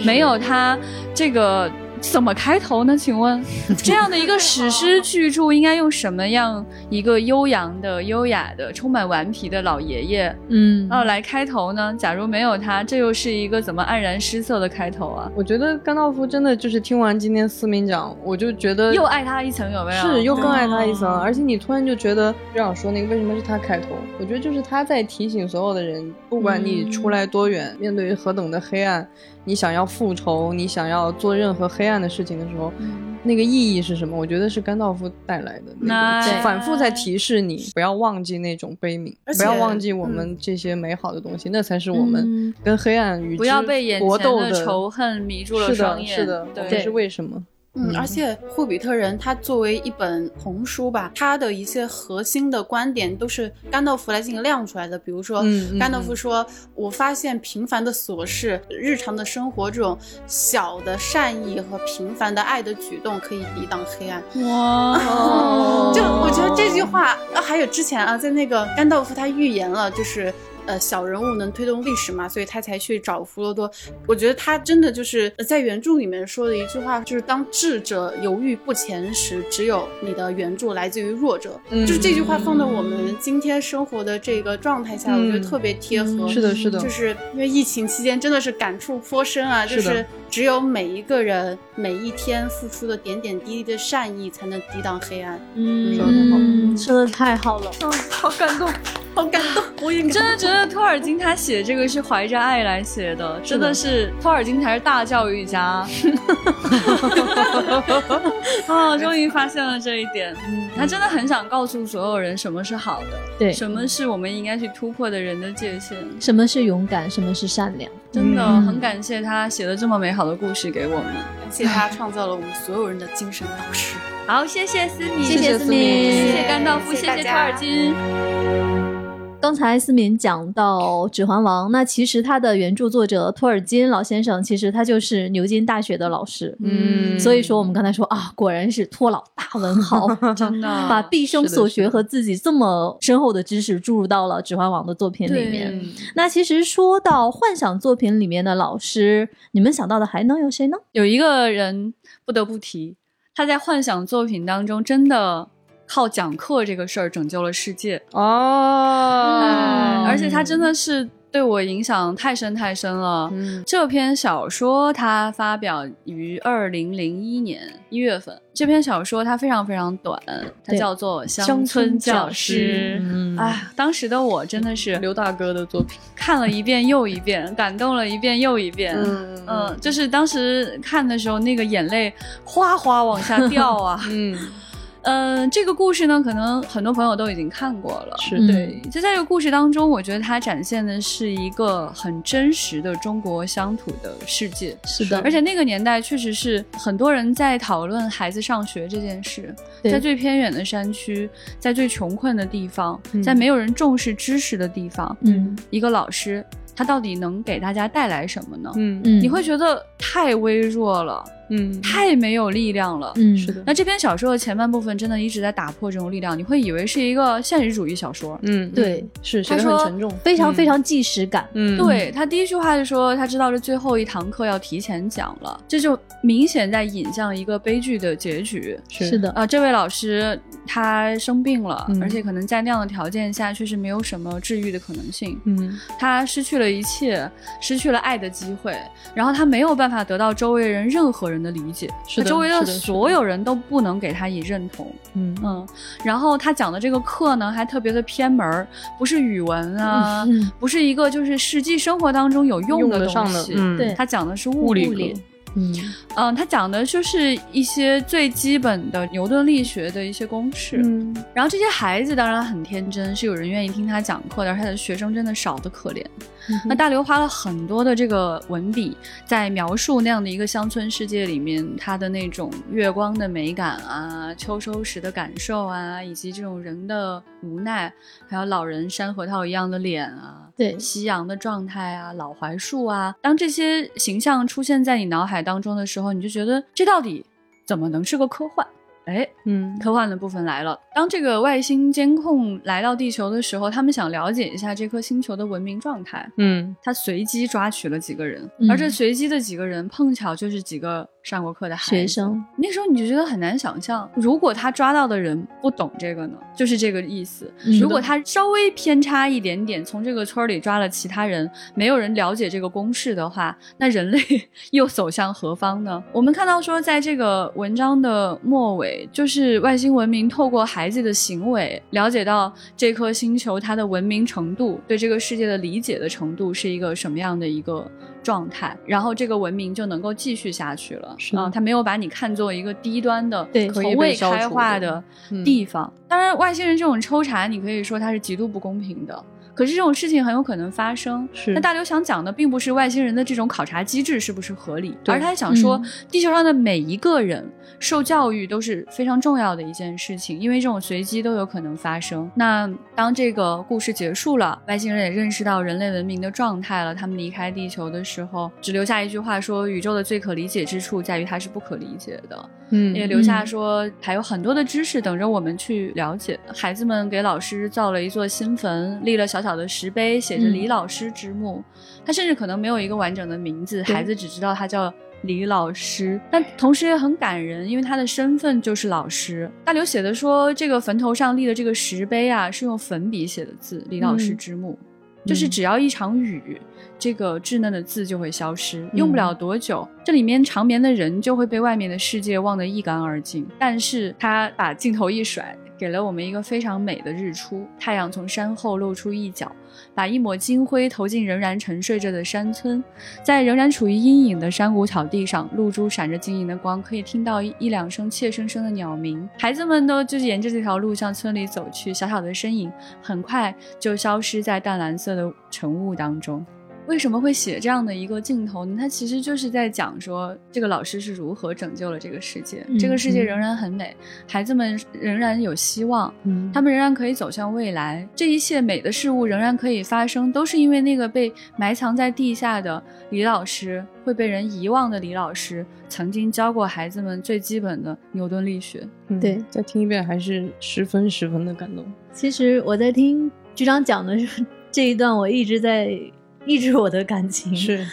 Speaker 3: 没有它，这个怎么开头呢？请问 这样的一个史诗巨著，应该用什么样一个悠扬的、优雅的、充满顽皮的老爷爷
Speaker 1: 嗯，
Speaker 3: 哦来开头呢？假如没有它，这又是一个怎么黯然失色的开头啊？
Speaker 2: 我觉得甘道夫真的就是听完今天思敏讲，我就觉得
Speaker 3: 又爱他一层，有没有？
Speaker 2: 呃是又更爱他一
Speaker 4: 哦
Speaker 2: 层，而且你突然就觉得，就像我说那个为什么是他开头？我觉得就是他在提醒所有的人，不管你出
Speaker 4: 嗯
Speaker 2: 来多远，面对何等的黑暗，你想要复仇，你想要做任何黑暗的事情的时候，
Speaker 4: 嗯
Speaker 2: 那个意义是什么？我觉得是甘道夫带来的，那个
Speaker 3: Nice
Speaker 2: 反复在提示你不要忘记那种悲悯
Speaker 4: 而，
Speaker 2: 不
Speaker 4: 且嗯
Speaker 2: 要忘记我们这些美好的东西，那才是我们
Speaker 1: 嗯
Speaker 2: 跟黑暗与之
Speaker 3: 不要被眼
Speaker 2: 搏
Speaker 3: 前
Speaker 2: 斗
Speaker 3: 的仇恨迷住了
Speaker 2: 是
Speaker 3: 双
Speaker 2: 的，
Speaker 3: 眼。
Speaker 2: 是的，我
Speaker 3: 对
Speaker 2: 们是为什么？
Speaker 4: 嗯，而且霍比特人他作为一本红书吧，他的一些核心的观点都是甘道夫来进行亮出来的。比如说，
Speaker 2: 嗯嗯
Speaker 4: 甘道夫说：“我发现平凡的琐事、日常的生活这种小的善意和平凡的爱的举动，可以抵挡黑暗。”
Speaker 3: 哇
Speaker 4: 就我觉得这句话，啊，还有之前啊，在那个甘道夫他预言了，就是。呃，小人物能推动历史嘛，所以他才去找弗罗多。我觉得他真的就是呃在原著里面说的一句话，就是当智者犹豫不前时，只有你的援助来自于弱者。
Speaker 2: 嗯
Speaker 4: 就是这句话放到我们今天生活的这个状态下，
Speaker 2: 嗯
Speaker 4: 我觉得特别贴合。
Speaker 2: 是的，是的，
Speaker 4: 就是因为疫情期间真的是感触颇深啊，就是
Speaker 2: 的
Speaker 4: 是只有每一个人每一天付出的点点滴滴的善意，才能抵挡黑暗。
Speaker 1: 嗯说
Speaker 2: 说得好
Speaker 1: 的太好了，
Speaker 3: 好感动，
Speaker 4: 好感动，我也
Speaker 3: 真的觉得托尔金他写这个是怀着爱来写的，真的是托尔金才是大教育家。 哦，终于发现了这一点，嗯他真的很想告诉所有人什么是好的，
Speaker 1: 对
Speaker 3: 什么是我们应该去突破的人的界限。
Speaker 1: 什么是勇敢，什么是善良？
Speaker 3: 真的
Speaker 1: 嗯
Speaker 3: 很感谢他写了这么美好的故事给我们。
Speaker 4: 感谢他创造了我们所有人的精神导师。
Speaker 3: 好，谢谢思敏，
Speaker 1: 谢谢思敏
Speaker 3: 谢谢甘道夫，
Speaker 4: 谢谢
Speaker 3: 谢
Speaker 4: 大
Speaker 3: 谢
Speaker 4: 家
Speaker 3: 托尔金。
Speaker 1: 刚才思敏讲到《指环王》，那其实他的原著作者托尔金老先生，其实他就是牛津大学的老师。
Speaker 2: 嗯
Speaker 1: 所以说我们刚才说啊，果然是托老大文豪，
Speaker 3: 真的
Speaker 1: 把毕生
Speaker 2: 是的
Speaker 1: 所
Speaker 2: 是的
Speaker 1: 学和自己这么深厚的知识注入到了《指环王》的作品里面。
Speaker 2: 嗯
Speaker 3: 对，
Speaker 1: 那其实说到幻想作品里面的老师，你们想到的还能有谁呢？
Speaker 3: 有一个人不得不提，他在幻想作品当中真的靠讲课这个事儿拯救了世界，
Speaker 2: 哦
Speaker 1: 嗯
Speaker 3: 而且他真的是对我影响太深太深了。
Speaker 2: 嗯
Speaker 3: 这篇小说它发表于二零零一年一月份。这篇小说它非常非常短，它
Speaker 1: 对
Speaker 3: 叫做《
Speaker 2: 乡村
Speaker 3: 村教
Speaker 2: 教师嗯
Speaker 3: 哎，当时的我真的是
Speaker 2: 刘大哥的作品，
Speaker 3: 看了一遍又一遍，感动了一遍又一遍。
Speaker 2: 嗯
Speaker 3: 嗯，就是当时看的时候，那个眼泪哗哗往下掉 啊。
Speaker 2: 嗯，
Speaker 3: 嗯，这个故事呢，可能很多朋友都已经看过了。
Speaker 2: 是
Speaker 1: 嗯
Speaker 3: 对，就在这个故事当中，我觉得它展现的是一个很真实的中国乡土的世界。
Speaker 1: 是的
Speaker 3: 而且那个年代确实是很多人在讨论孩子上学这件事，
Speaker 1: 对
Speaker 3: 在最偏远的山区，在最穷困的地方，
Speaker 2: 嗯
Speaker 3: 在没有人重视知识的地方，
Speaker 1: 嗯
Speaker 3: 一个老师他到底能给大家带来什么呢？
Speaker 2: 嗯
Speaker 1: 嗯，
Speaker 3: 你会觉得太微弱了，
Speaker 2: 嗯，
Speaker 3: 太没有力量了。
Speaker 1: 嗯
Speaker 2: 是的，
Speaker 3: 那这篇小说的前半部分真的一直在打破这种力量，你会以为是一个现实主义小说。
Speaker 2: 嗯，
Speaker 1: 对
Speaker 2: 嗯，是
Speaker 3: 他
Speaker 2: 写的
Speaker 3: 说
Speaker 2: 很沉重，
Speaker 1: 嗯非常非常即时感。
Speaker 2: 嗯，
Speaker 3: 对他第一句话就说，他知道这最后一堂课要提前讲了，这就明显在引向一个悲剧的结局。
Speaker 1: 是的，
Speaker 3: 啊，这位老师他生病了，
Speaker 2: 嗯
Speaker 3: 而且可能在那样的条件下，确实没有什么治愈的可能性。
Speaker 2: 嗯
Speaker 3: 他失去了一切，失去了爱的机会，然后他没有办法得到周围人任何人的理解，
Speaker 2: 是的
Speaker 3: 他周围
Speaker 2: 是的是的
Speaker 3: 所有人都不能给他以认同。
Speaker 2: 嗯
Speaker 3: 嗯，然后他讲的这个课呢，还特别的偏门儿，不是语文啊，
Speaker 1: 嗯
Speaker 3: 不是一个就是实际生活当中有用
Speaker 2: 用
Speaker 3: 的
Speaker 2: 得
Speaker 3: 东
Speaker 2: 上的
Speaker 3: 西。
Speaker 2: 嗯
Speaker 1: 对
Speaker 3: 他讲的是
Speaker 2: 物
Speaker 3: 物
Speaker 2: 理
Speaker 3: 理
Speaker 2: 课，
Speaker 1: 嗯
Speaker 3: 嗯，他讲的就是一些最基本的牛顿力学的一些公式。
Speaker 2: 嗯
Speaker 3: 然后这些孩子当然很天真，是有人愿意听他讲课的，而他的学生真的少得可怜。那大刘花了很多的这个文笔，在描述那样的一个乡村世界里面，他的那种月光的美感啊，秋收时的感受啊，以及这种人的无奈，还有老人山核桃一样的脸啊，
Speaker 1: 对
Speaker 3: 夕阳的状态啊，老槐树啊，当这些形象出现在你脑海当中的时候，你就觉得这到底怎么能是个科幻？哎，
Speaker 2: 嗯
Speaker 3: 科幻的部分来了。当这个外星监控来到地球的时候，他们想了解一下这颗星球的文明状态。
Speaker 2: 嗯
Speaker 3: 他随机抓取了几个人，
Speaker 1: 嗯
Speaker 3: 而这随机的几个人碰巧就是几个上过课的孩子
Speaker 1: 学。生，
Speaker 3: 那时候你就觉得很难想象，如果他抓到的人不懂这个呢，就是这个意思。
Speaker 1: 嗯
Speaker 3: 如果他稍微偏差一点点，从这个村儿里抓了其他人，没有人了解这个公式的话，那人类 又走向何方呢？我们看到说，在这个文章的末尾，就是外星文明透过孩子的行为，了解到这颗星球它的文明程度，对这个世界的理解的程度是一个什么样的一个。状态，然后这个文明就能够继续下去了。
Speaker 2: 是的
Speaker 3: 啊，他没有把你看作一个低端的、
Speaker 1: 对
Speaker 2: 可
Speaker 3: 从
Speaker 2: 以被
Speaker 3: 未
Speaker 2: 消除
Speaker 3: 开化
Speaker 2: 的
Speaker 3: 的地方。当然，外星人这种抽查，你可以说它是极度不公平的。可是这种事情很有可能发生。
Speaker 2: 是
Speaker 3: 那大刘想讲的并不是外星人的这种考察机制是不是合理，
Speaker 2: 对
Speaker 3: 而他想说
Speaker 1: 嗯，
Speaker 3: 地球上的每一个人受教育都是非常重要的一件事情，因为这种随机都有可能发生。那当这个故事结束了，外星人也认识到人类文明的状态了，他们离开地球的时候，只留下一句话说：“宇宙的最可理解之处在于它是不可理解的。”
Speaker 2: 嗯
Speaker 3: 也留下说还有很多的知识等着我们去了解。孩子们给老师造了一座新坟，立了小小的石碑，写着
Speaker 1: 嗯
Speaker 3: 李老师之墓。他甚至可能没有一个完整的名字，
Speaker 1: 对
Speaker 3: 孩子只知道他叫。李老师，但同时也很感人，因为他的身份就是老师。大刘写的说，这个坟头上立的这个石碑啊，是用粉笔写的字，“李老师
Speaker 2: 嗯
Speaker 3: 之墓”，就是
Speaker 2: 嗯
Speaker 3: 只要一场雨，这个稚嫩的字就会消失，用不了多久，这里面长眠的人就会被外面的世界忘得一干二净。但是他把镜头一甩，给了我们一个非常美的日出，太阳从山后露出一角，把一抹金辉投进仍然沉睡着的山村，在仍然处于阴影的山谷草地上，露珠闪着晶莹的光，可以听到一一两声怯生生的鸟鸣。孩子们都就是沿着这条路向村里走去，小小的身影很快就消失在淡蓝色的晨雾当中。为什么会写这样的一个镜头呢？它其实就是在讲说，这个老师是如何拯救了这个世界。
Speaker 1: 嗯
Speaker 3: 这个世界
Speaker 1: 嗯
Speaker 3: 仍然很美，孩子们仍然有希望，
Speaker 2: 嗯
Speaker 3: 他们仍然可以走向未来，这一切美的事物仍然可以发生，都是因为那个被埋藏在地下的李老师，会被人遗忘的李老师，曾经教过孩子们最基本的牛顿力学。
Speaker 2: 嗯
Speaker 1: 对
Speaker 2: 再听一遍还是十分十分的感动。
Speaker 1: 其实我在听局长讲的是这一段，我一直在抑制我的感
Speaker 2: 嗯
Speaker 1: 情。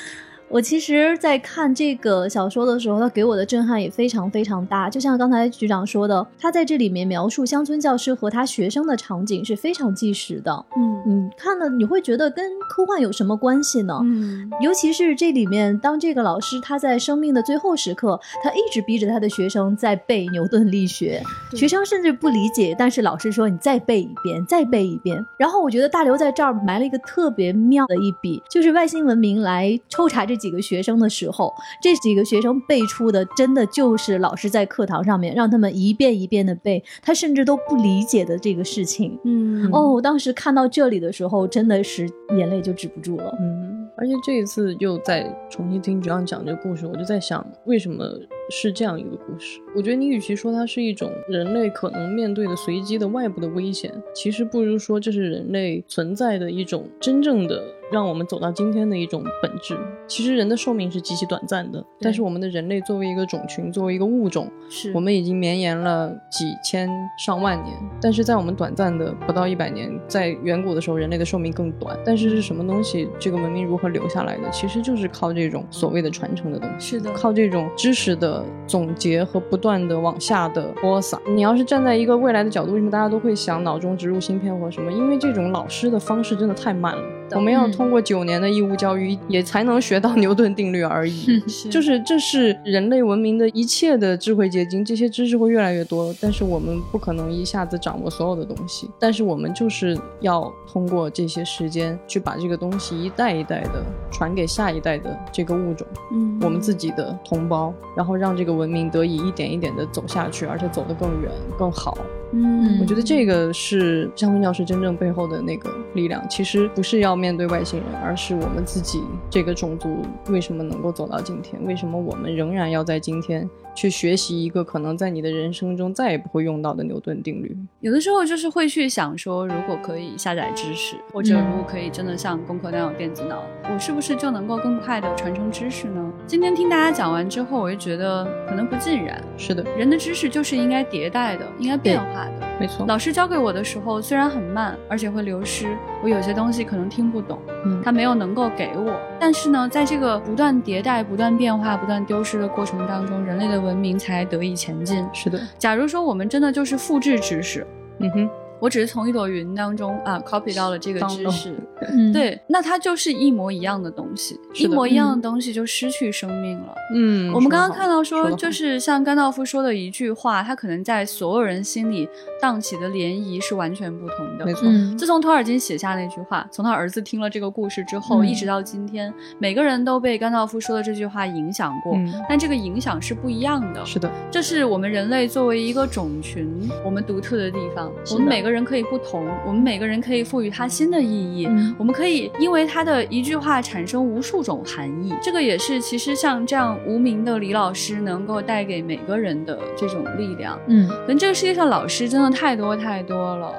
Speaker 1: 我其实，在看这个小说的时候，它给我的震撼也非常非常大。就像刚才局长说的，他在这里面描述乡村教师和他学生的场景是非常纪实的。
Speaker 3: 嗯
Speaker 1: 你看了，你会觉得跟科幻有什么关系呢？
Speaker 3: 嗯
Speaker 1: 尤其是这里面，当这个老师他在生命的最后时刻，他一直逼着他的学生在背牛顿力学，
Speaker 3: 对
Speaker 1: 学生甚至不理解，但是老师说你再背一遍，再背一遍。然后我觉得大刘在这儿埋了一个特别妙的一笔，就是外星文明来抽查这几个学生的时候，这几个学生背出的真的就是老师在课堂上面让他们一遍一遍的背，他甚至都不理解的这个事情。
Speaker 3: 嗯
Speaker 1: 哦，我当时看到这里的时候，真的是眼泪就止不住了。
Speaker 2: 嗯，而且这一次又再重新听 John 讲这个故事，我就在想，为什么是这样一个故事？我觉得你与其说它是一种人类可能面对的随机的外部的危险，其实不如说这是人类存在的一种真正的让我们走到今天的一种本质。其实人的寿命是极其短暂的，但是我们的人类作为一个种群，作为一个物种，
Speaker 3: 是
Speaker 2: 我们已经绵延了几千上万年，但是在我们短暂的不到一百年，在远古的时候，人类的寿命更短。但是是什么东西？这个文明如何留下来的？其实就是靠这种所谓的传承的东西，
Speaker 3: 是的
Speaker 2: 靠这种知识的总结和不断的往下的播撒。你要是站在一个未来的角度，为什么大家都会想脑中植入芯片或什么？因为这种老师的方式真的太慢了。我们要
Speaker 1: 嗯
Speaker 2: 通过九年的义务教育，也才能学到牛顿定律而已。
Speaker 3: 是
Speaker 2: 就是这是人类文明的一切的智慧结晶，这些知识会越来越多，但是我们不可能一下子掌握所有的东西，但是我们就是要通过这些时间去把这个东西一代一代的传给下一代的这个物种，
Speaker 3: 嗯
Speaker 2: 我们自己的同胞，然后让这个文明得以一点一点的走下去，而且走得更远更好。
Speaker 3: 嗯
Speaker 2: 我觉得这个是乡村教师真正背后的那个力量，其实不是要面对外星人，而是我们自己这个种族为什么能够走到今天，为什么我们仍然要在今天去学习一个可能在你的人生中再也不会用到的牛顿定律。
Speaker 3: 有的时候就是会去想说，如果可以下载知识，或者如果可以真的像功课那样有电子脑，我是不是就能够更快的传承知识呢？今天听大家讲完之后，我就觉得可能不尽然，
Speaker 2: 是的，
Speaker 3: 人的知识就是应该迭代的，应该变化的。
Speaker 2: 没错。
Speaker 3: 老师教给我的时候虽然很慢，而且会流失，我有些东西可能听不懂，
Speaker 2: 嗯
Speaker 3: 他没有能够给我。但是呢，在这个不断迭代、不断变化、不断丢失的过程当中，人类的文明才得以前进。
Speaker 2: 是的，
Speaker 3: 假如说我们真的就是复制知识，
Speaker 2: 嗯哼，
Speaker 3: 我只是从一朵云当中啊 copy 到了这个知
Speaker 2: Download
Speaker 3: 识，
Speaker 1: 嗯，
Speaker 3: 对，那它就是一模一样的东西，
Speaker 2: 是
Speaker 3: 一
Speaker 2: 的
Speaker 3: 模一样的东西就失去生命了。
Speaker 2: 嗯
Speaker 3: 我们刚刚看到
Speaker 2: 说
Speaker 3: 说，
Speaker 2: 得好
Speaker 3: 就是像甘道夫说的一句话，他可能在所有人心里荡起的涟漪是完全不同的
Speaker 2: 没。错，
Speaker 1: 嗯，
Speaker 3: 自从托尔金写下那句话，从他儿子听了这个故事之后，
Speaker 1: 嗯
Speaker 3: 一直到今天，每个人都被甘道夫说的这句话影响过，
Speaker 2: 嗯，
Speaker 3: 但这个影响是不一样的。
Speaker 2: 是的，
Speaker 3: 这是我们人类作为一个种群，我们独特的地方。我们每个个人可以不同，我们每个人可以赋予它新的意义。
Speaker 1: 嗯
Speaker 3: 我们可以因为他的一句话产生无数种含义，这个也是其实像这样无名的李老师能够带给每个人的这种力量。
Speaker 1: 嗯
Speaker 3: 可能这个世界上老师真的太多太多了，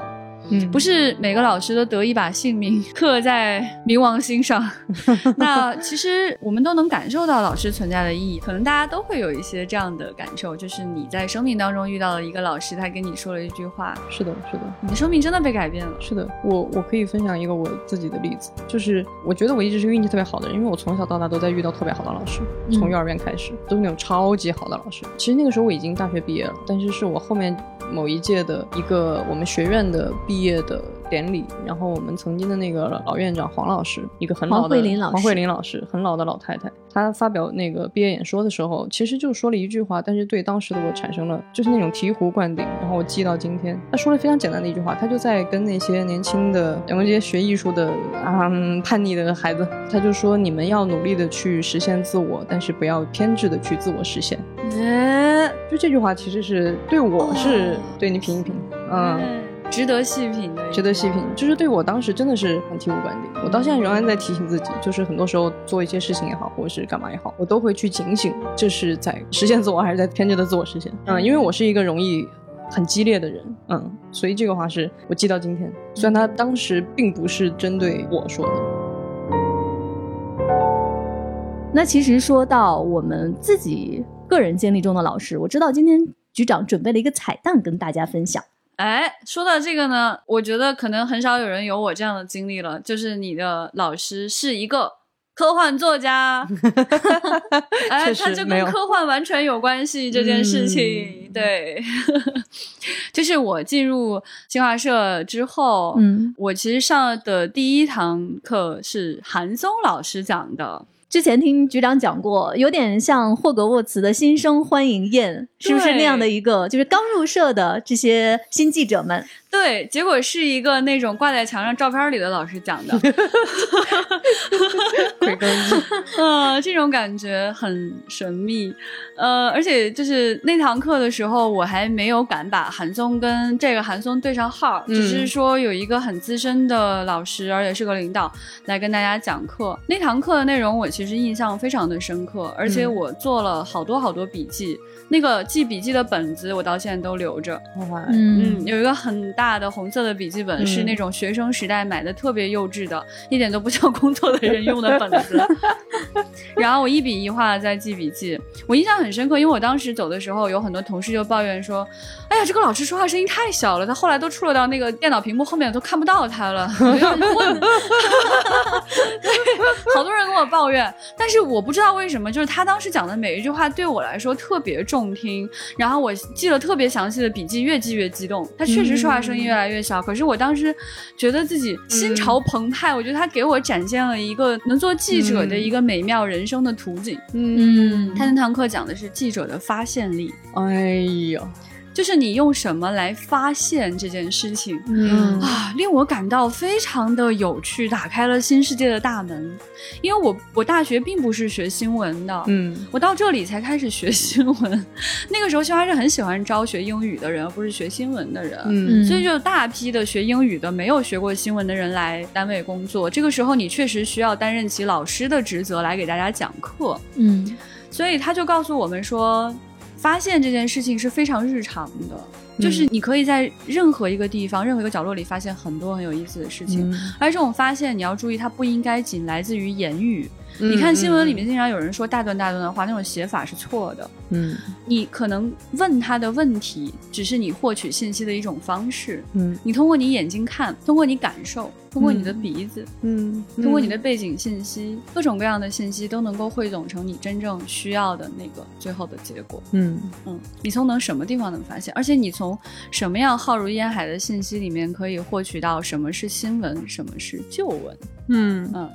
Speaker 7: 嗯
Speaker 3: 不是每个老师都得以把姓名刻在冥王星 上。那其实我们都能感受到老师存在的意义，可能大家都会有一些这样的感受，就是你在生命当中遇到了一个老师，他跟你说了一句话，
Speaker 2: 是的，是的。
Speaker 3: 你的生命真的被改变了。
Speaker 2: 是的，我我可以分享一个我自己的例子，就是我觉得我一直是运气特别好的人，因为我从小到大都在遇到特别好的老师，
Speaker 1: 嗯
Speaker 2: 从幼儿园开始都是那种超级好的老师。其实那个时候我已经大学毕业了，但是是我后面某一届的一个我们学院的毕业的典礼，然后我们曾经的那个老院长黄老师，一个很老的
Speaker 1: 黄慧琳老师
Speaker 2: 黄慧琳老师很老的老太太，她发表那个毕业演说的时候，其实就说了一句话，但是对当时的我产生了就是那种醍醐灌顶，然后我记到今天。她说了非常简单的一句话，她就在跟那些年轻的，然后这些学艺术的啊、嗯叛逆的孩子，她就说你们要努力的去实现自我，但是不要偏执的去自我实现。就这句话其实是对我是、对你品一品，嗯。
Speaker 3: 嗯，值得细品的一句话，
Speaker 2: 值得细品，就是对我当时真的是很醍醐灌顶。我到现在仍然在提醒自己，就是很多时候做一些事情也好，或者是干嘛也好，我都会去警醒，这是在实现自我，还是在偏执的自我实现？嗯，因为我是一个容易很激烈的人，嗯，所以这个话是我记到今天。虽然他当时并不是针对我说的，
Speaker 1: 那其实说到我们自己个人经历中的老师，我知道今天局长准备了一个彩蛋跟大家分享。
Speaker 3: 哎，说到这个呢，我觉得可能很少有人有我这样的经历了，就是你的老师是一个科幻作家， 哎，
Speaker 2: 确实
Speaker 3: 他就
Speaker 2: 没
Speaker 3: 跟
Speaker 2: 有嗯
Speaker 3: 科幻完全有关系这件事情，对， 就是我进入新华社之后，
Speaker 1: 嗯，
Speaker 3: 我其实上的第一堂课是韩松老师讲的，
Speaker 1: 之前听局长讲过，有点像霍格沃茨的新生欢迎宴，是不是
Speaker 3: 对
Speaker 1: 那样的一个？就是刚入社的这些新记者们，
Speaker 3: 对，结果是一个那种挂在墙上照片里的老师讲的，
Speaker 2: 鬼根
Speaker 3: 呃，这种感觉很神秘，呃，而且就是那堂课的时候，我还没有敢把韩松跟这个韩松对上号儿，只是
Speaker 2: 嗯
Speaker 3: 说有一个很资深的老师，而且是个领导来跟大家讲课。那堂课的内容我其实印象非常的深刻，而且
Speaker 2: 嗯
Speaker 3: 我做了好多好多笔记，那个记笔记的本子我到现在都留着。
Speaker 2: 哇，
Speaker 1: 嗯
Speaker 3: 嗯，有一个很大的红色的笔记本，
Speaker 2: 嗯
Speaker 3: 是那种学生时代买的特别幼稚的，一点都不像工作的人用的本子。 然后我一笔一画的在记笔记，我印象很深刻，因为我当时走的时候，有很多同事就抱怨说：“哎呀，这个老师说话声音太小了，他后来都触落到那个电脑屏幕后面，我都看不到他了。”我就问对，好多人跟 我抱怨，但是我不知道为什么，就是他当时讲的每一句话对我来说特别中听，然后我记了特别详细的笔记，越记越激动。他确实说话声音越来越小，可是我当时觉得自己心潮澎湃，我觉得他给我展现了一个能做记者的一个美妙人生的途径。
Speaker 1: 嗯
Speaker 3: 他那堂课讲的是记者的发现力，
Speaker 2: 哎呀，
Speaker 3: 就是你用什么来发现这件事情。
Speaker 2: 嗯
Speaker 3: 啊，令我感到非常的有趣，打开了新世界的大门。因为我我大学并不是学新闻的，
Speaker 2: 嗯
Speaker 3: 我到这里才开始学新闻。 那个时候，新华社很喜欢招学英语的人，而不是学新闻的人。
Speaker 2: 嗯
Speaker 3: 所以就有大批的学英语的、没有学过新闻的人来单位工作。这个时候，你确实需要担任起老师的职责来给大家讲课。
Speaker 1: 嗯
Speaker 3: 所以他就告诉我们说，发现这件事情是非常日常的，就是你可以在任何一个地方、任何一个角落里发现很多很有意思的事情。
Speaker 2: 嗯
Speaker 3: 而这种发现，你要注意，它不应该仅来自于言语。嗯
Speaker 2: 嗯
Speaker 3: 你看新闻里，面经常有人说大段大段的话，那种写法是错的。
Speaker 2: 嗯
Speaker 3: 你可能问他的问题，只是你获取信息的一种方式。
Speaker 2: 嗯
Speaker 3: 你通过你眼睛看，通过你感受，通过你的鼻子，
Speaker 2: 嗯，
Speaker 3: 通过你的背景信息，各种各样的信息都能够汇总成你真正需要的那个最后的结果。
Speaker 2: 嗯
Speaker 3: 嗯，你从能什么地方能发现？而且你从什么样浩如烟海的信息里面可以获取到什么是新闻，什么是旧闻？
Speaker 2: 嗯
Speaker 3: 嗯，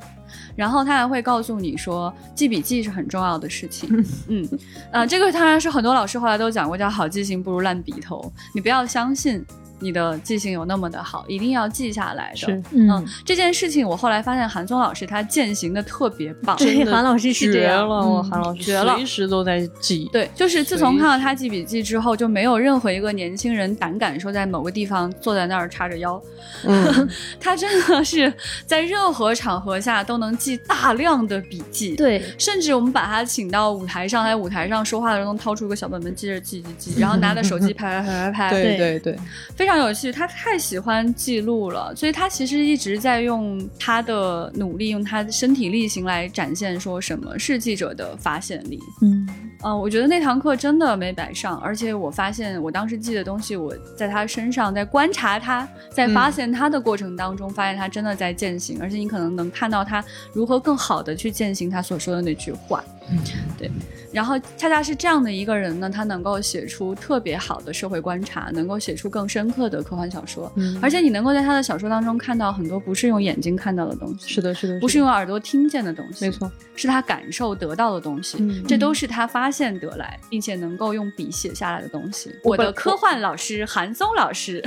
Speaker 3: 然后他还会告诉你说，记笔记是很重要的事情。嗯，呃，这个当然是很多老师后来都讲过，叫好记性不如烂笔头。你不要相信你的记性有那么的好，一定要记下来的。
Speaker 2: 是
Speaker 3: 嗯
Speaker 1: 嗯，，
Speaker 3: 这件事情我后来发现韩松老师他践行的特别棒。
Speaker 1: 对， 韩老师是这
Speaker 2: 嗯绝
Speaker 1: 样，
Speaker 2: 了，我韩老师
Speaker 3: 绝了
Speaker 2: 随时都在记。
Speaker 3: 对，就是自从
Speaker 2: 随
Speaker 3: 看
Speaker 2: 时
Speaker 3: 到他记笔记之后，就没有任何一个年轻人胆敢说在某个地方坐在那儿叉着腰。
Speaker 2: 嗯，
Speaker 3: 他真的是在任何场合下都能记大量的笔记。。
Speaker 1: 对，
Speaker 3: 甚至我们把他请到舞台上，他在舞台上说话的时候，能掏出一个小本本记着记记记，然后拿着手机拍拍拍拍拍，
Speaker 2: 对
Speaker 1: 对
Speaker 2: 对对，
Speaker 3: 非常有趣。他太喜欢记录了，所以他其实一直在用他的努力，用他的身体力行来展现说什么是记者的发现力。
Speaker 1: 嗯，
Speaker 3: 嗯、我觉得那堂课真的没白上，而且我发现我当时记的东西，我在他身上，在观察他，在
Speaker 2: 嗯
Speaker 3: 发现他的过程当中，发现他真的在践行，而且你可能能看到他如何更好的去践行他所说的那句话。
Speaker 2: 嗯
Speaker 3: 对，然后恰恰是这样的一个人呢，他能够写出特别好的社会观察，能够写出更深刻的科幻小说，
Speaker 2: 嗯
Speaker 3: 而且你能够在他的小说当中看到很多不是用眼睛看到的东西，
Speaker 2: 是的，是的，
Speaker 3: 不是
Speaker 2: 的
Speaker 3: 用耳朵听见的东西，
Speaker 2: 没错，
Speaker 3: 是他感受得到的东西，
Speaker 2: 嗯
Speaker 3: 这都是他发现得来，并且能够用笔写下来的东西。
Speaker 2: 我
Speaker 3: 我
Speaker 2: 本
Speaker 3: 的科幻老师韩松老师，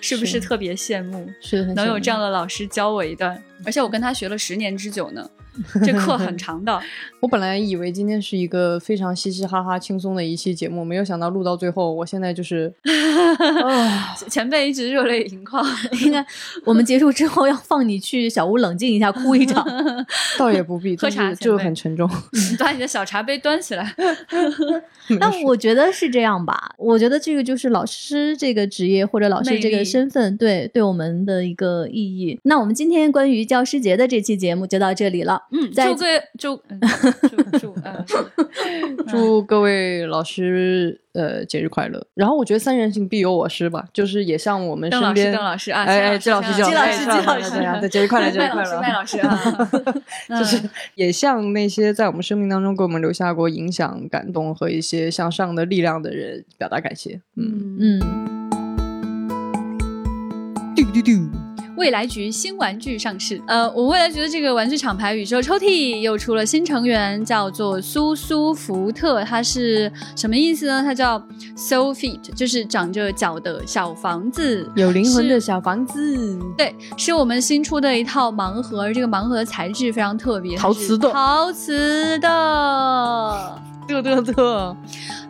Speaker 3: 是不是
Speaker 2: 是
Speaker 3: 特别羡慕
Speaker 2: 是的，很
Speaker 3: 能有
Speaker 2: 羡慕
Speaker 3: 这样的老师教我一段？而且我跟他学了十年之久呢，这课很长的。
Speaker 2: 我本来以为今天是一个非常嘻嘻哈哈、轻松的一期节目，没有想到录到最后，我现在 就是，啊
Speaker 3: 前辈一直热泪盈眶，
Speaker 1: 应该我们结束之后要放你去小屋冷静一下，哭一场。
Speaker 2: 倒也不必，
Speaker 3: 喝茶
Speaker 2: 但是
Speaker 3: 前
Speaker 2: 就
Speaker 3: 辈
Speaker 2: 很沉重。
Speaker 3: 你把你的小茶杯端起来。
Speaker 1: 但我觉得是这样吧，我觉得这个就是老师这个职业或者老师这
Speaker 3: 魅力
Speaker 1: 个身份对对我们的一个意义。那我们今天关于教师节的这期节目就到这里了，
Speaker 3: 嗯，
Speaker 1: 再
Speaker 3: 祝各位祝嗯祝祝嗯，
Speaker 2: 祝各位老师呃节日快乐。然后我觉得三人行必有我师吧，就是也像我们
Speaker 3: 邓老
Speaker 2: 身
Speaker 3: 师，
Speaker 2: 边，
Speaker 3: 邓老师啊，
Speaker 2: 哎哎，季老师，
Speaker 3: 季
Speaker 1: 季
Speaker 2: 老
Speaker 1: 老
Speaker 2: 师，
Speaker 1: 师
Speaker 2: 哎
Speaker 1: 季老
Speaker 2: 对
Speaker 1: 师
Speaker 2: 对对对节日快乐，节日
Speaker 3: 麦
Speaker 2: 快
Speaker 3: 老师，
Speaker 2: 乐，
Speaker 3: 麦老师啊，
Speaker 2: 就是 也像那些在我们生命当中给我们留下过影响、感动和一些向上的力量的人，表达感谢。嗯，
Speaker 3: 嗯。
Speaker 1: 嗯，
Speaker 2: 嘟嘟嘟，
Speaker 3: 未来局新玩具上市。呃，我未来局的这个玩具厂牌宇宙抽屉又出了新成员，叫做苏苏福特。它是什么意思呢？它叫 So Feet，就是长着脚的小房子。
Speaker 2: 有灵魂
Speaker 3: 是嗯
Speaker 2: 的小房子，
Speaker 3: 对，是我们新出的一套盲盒，这个盲盒的材质非常特别，它
Speaker 2: 陶
Speaker 3: 是
Speaker 2: 瓷的
Speaker 3: 陶瓷的。
Speaker 2: 特特特，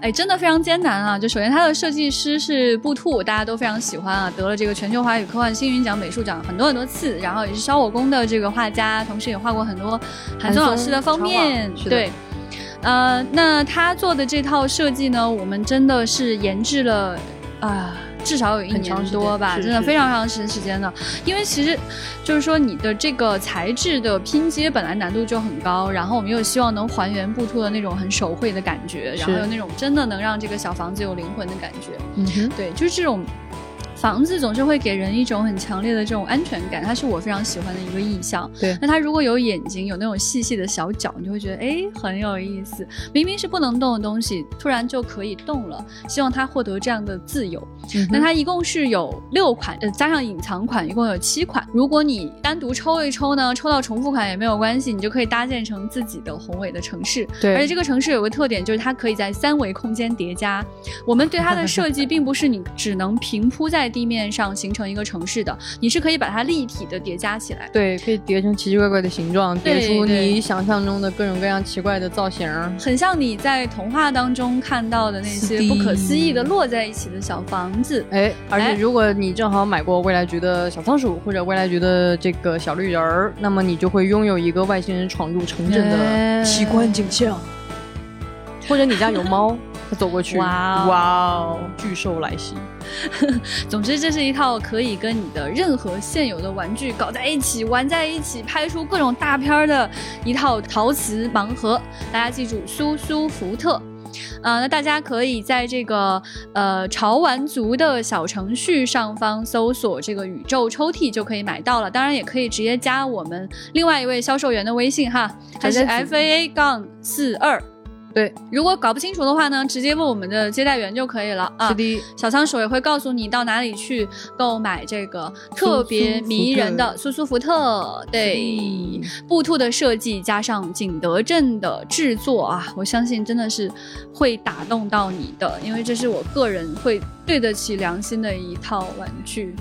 Speaker 3: 哎，真的非常艰难啊！就首先它的设计师是布兔，大家都非常喜欢啊，得了这个全球华语科幻星云奖美术奖很多很多次，然后也是烧火工的这个画家，同时也画过很多韩
Speaker 2: 韩
Speaker 3: 松老
Speaker 2: 松
Speaker 3: 师的封
Speaker 2: 超
Speaker 3: 面
Speaker 2: 网，是的
Speaker 3: 对。呃，那他做的这套设计呢，我们真的是研制了啊、至少有一
Speaker 2: 很
Speaker 3: 年
Speaker 2: 长时间
Speaker 3: 多吧，
Speaker 2: 是
Speaker 3: 真的
Speaker 2: 是
Speaker 3: 非常长时时间了。因为其实就是说你的这个材质的拼接本来难度就很高，然后我们又希望能还原布兔的那种很手绘的感觉，然后
Speaker 2: 是
Speaker 3: 有那种真的能让这个小房子有灵魂的感觉。
Speaker 2: 嗯哼，
Speaker 3: 对，就是这种房子总是会给人一种很强烈的这种安全感，它是我非常喜欢的一个意象。
Speaker 2: 对
Speaker 3: 那它如果有眼睛，有那种细细的小脚，你就会觉得哎很有意思。明明是不能动的东西，突然就可以动了，希望它获得这样的自由。那它一共是有六款，呃，加上隐藏款，一共有七款。如果你单独抽一抽呢，抽到重复款也没有关系，你就可以搭建成自己的宏伟的城市。
Speaker 2: 对
Speaker 3: 而且这个城市有个特点，就是它可以在三维空间叠加。我们对 它的设计并不是你只能平铺在地面上形成一个城市的，你是可以把它立体的叠加起来。
Speaker 2: 对，可以叠成奇奇怪怪的形状，叠
Speaker 3: 对
Speaker 2: 出
Speaker 3: 对
Speaker 2: 你想象中的各种各样奇怪的造型儿。
Speaker 3: 很像你在童话当中看到的那些
Speaker 2: 是的
Speaker 3: 不可思议的落在一起的小房子。
Speaker 2: 哎，而
Speaker 3: 哎
Speaker 2: 且如果你正好买过未来局的小仓鼠或者未来局的这个小绿人儿，那么你就会拥有一个外星人闯入城镇
Speaker 3: 哎
Speaker 2: 的奇观景象。或者你家有猫，它走过去，
Speaker 3: 哇哦
Speaker 2: 哇哦，巨兽来袭，
Speaker 3: 总之，这是一套可以跟你的任何现有的玩具搞在一起、玩在一起、拍出各种大片儿的一套陶瓷盲盒。大家记住，苏苏福特。呃，那大家可以在这个呃潮玩族的小程序上方搜索这个宇宙抽屉就可以买到了，当然也可以直接加我们另外一位销售员的微信哈，他是
Speaker 2: 小家子
Speaker 3: F A A 杠四二
Speaker 2: 对，
Speaker 3: 如果搞不清楚的话呢，直接问我们的接待员就可以了啊。
Speaker 2: 是的，
Speaker 3: 小仓鼠也会告诉你到哪里去购买这个特别迷人的苏苏福特，对，布兔的设计加上景德镇的制作啊，我相信真的是会打动到你的，因为这是我个人会对得起良心的一套玩具。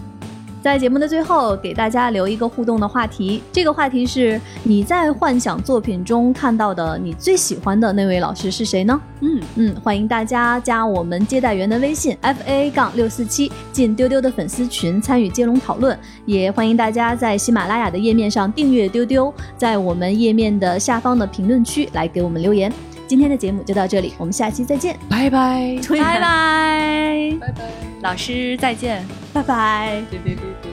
Speaker 1: 在节目的最后，给大家留一个互动的话题。这个话题是：你在幻想作品中看到的你最喜欢的那位老师是谁呢？
Speaker 3: 嗯，
Speaker 1: 嗯，欢迎大家加我们接待员的微信 f a 杠六四七，进丢丢的粉丝群参与接龙讨论。也欢迎大家在喜马拉雅的页面上订阅丢丢，在我们页面的下方的评论区来给我们留言。今天的节目就到这里，我们下期再见，
Speaker 2: 拜拜。
Speaker 3: 拜拜，
Speaker 2: 拜拜，
Speaker 3: 老师再见。
Speaker 1: 拜拜。
Speaker 2: 对对对对。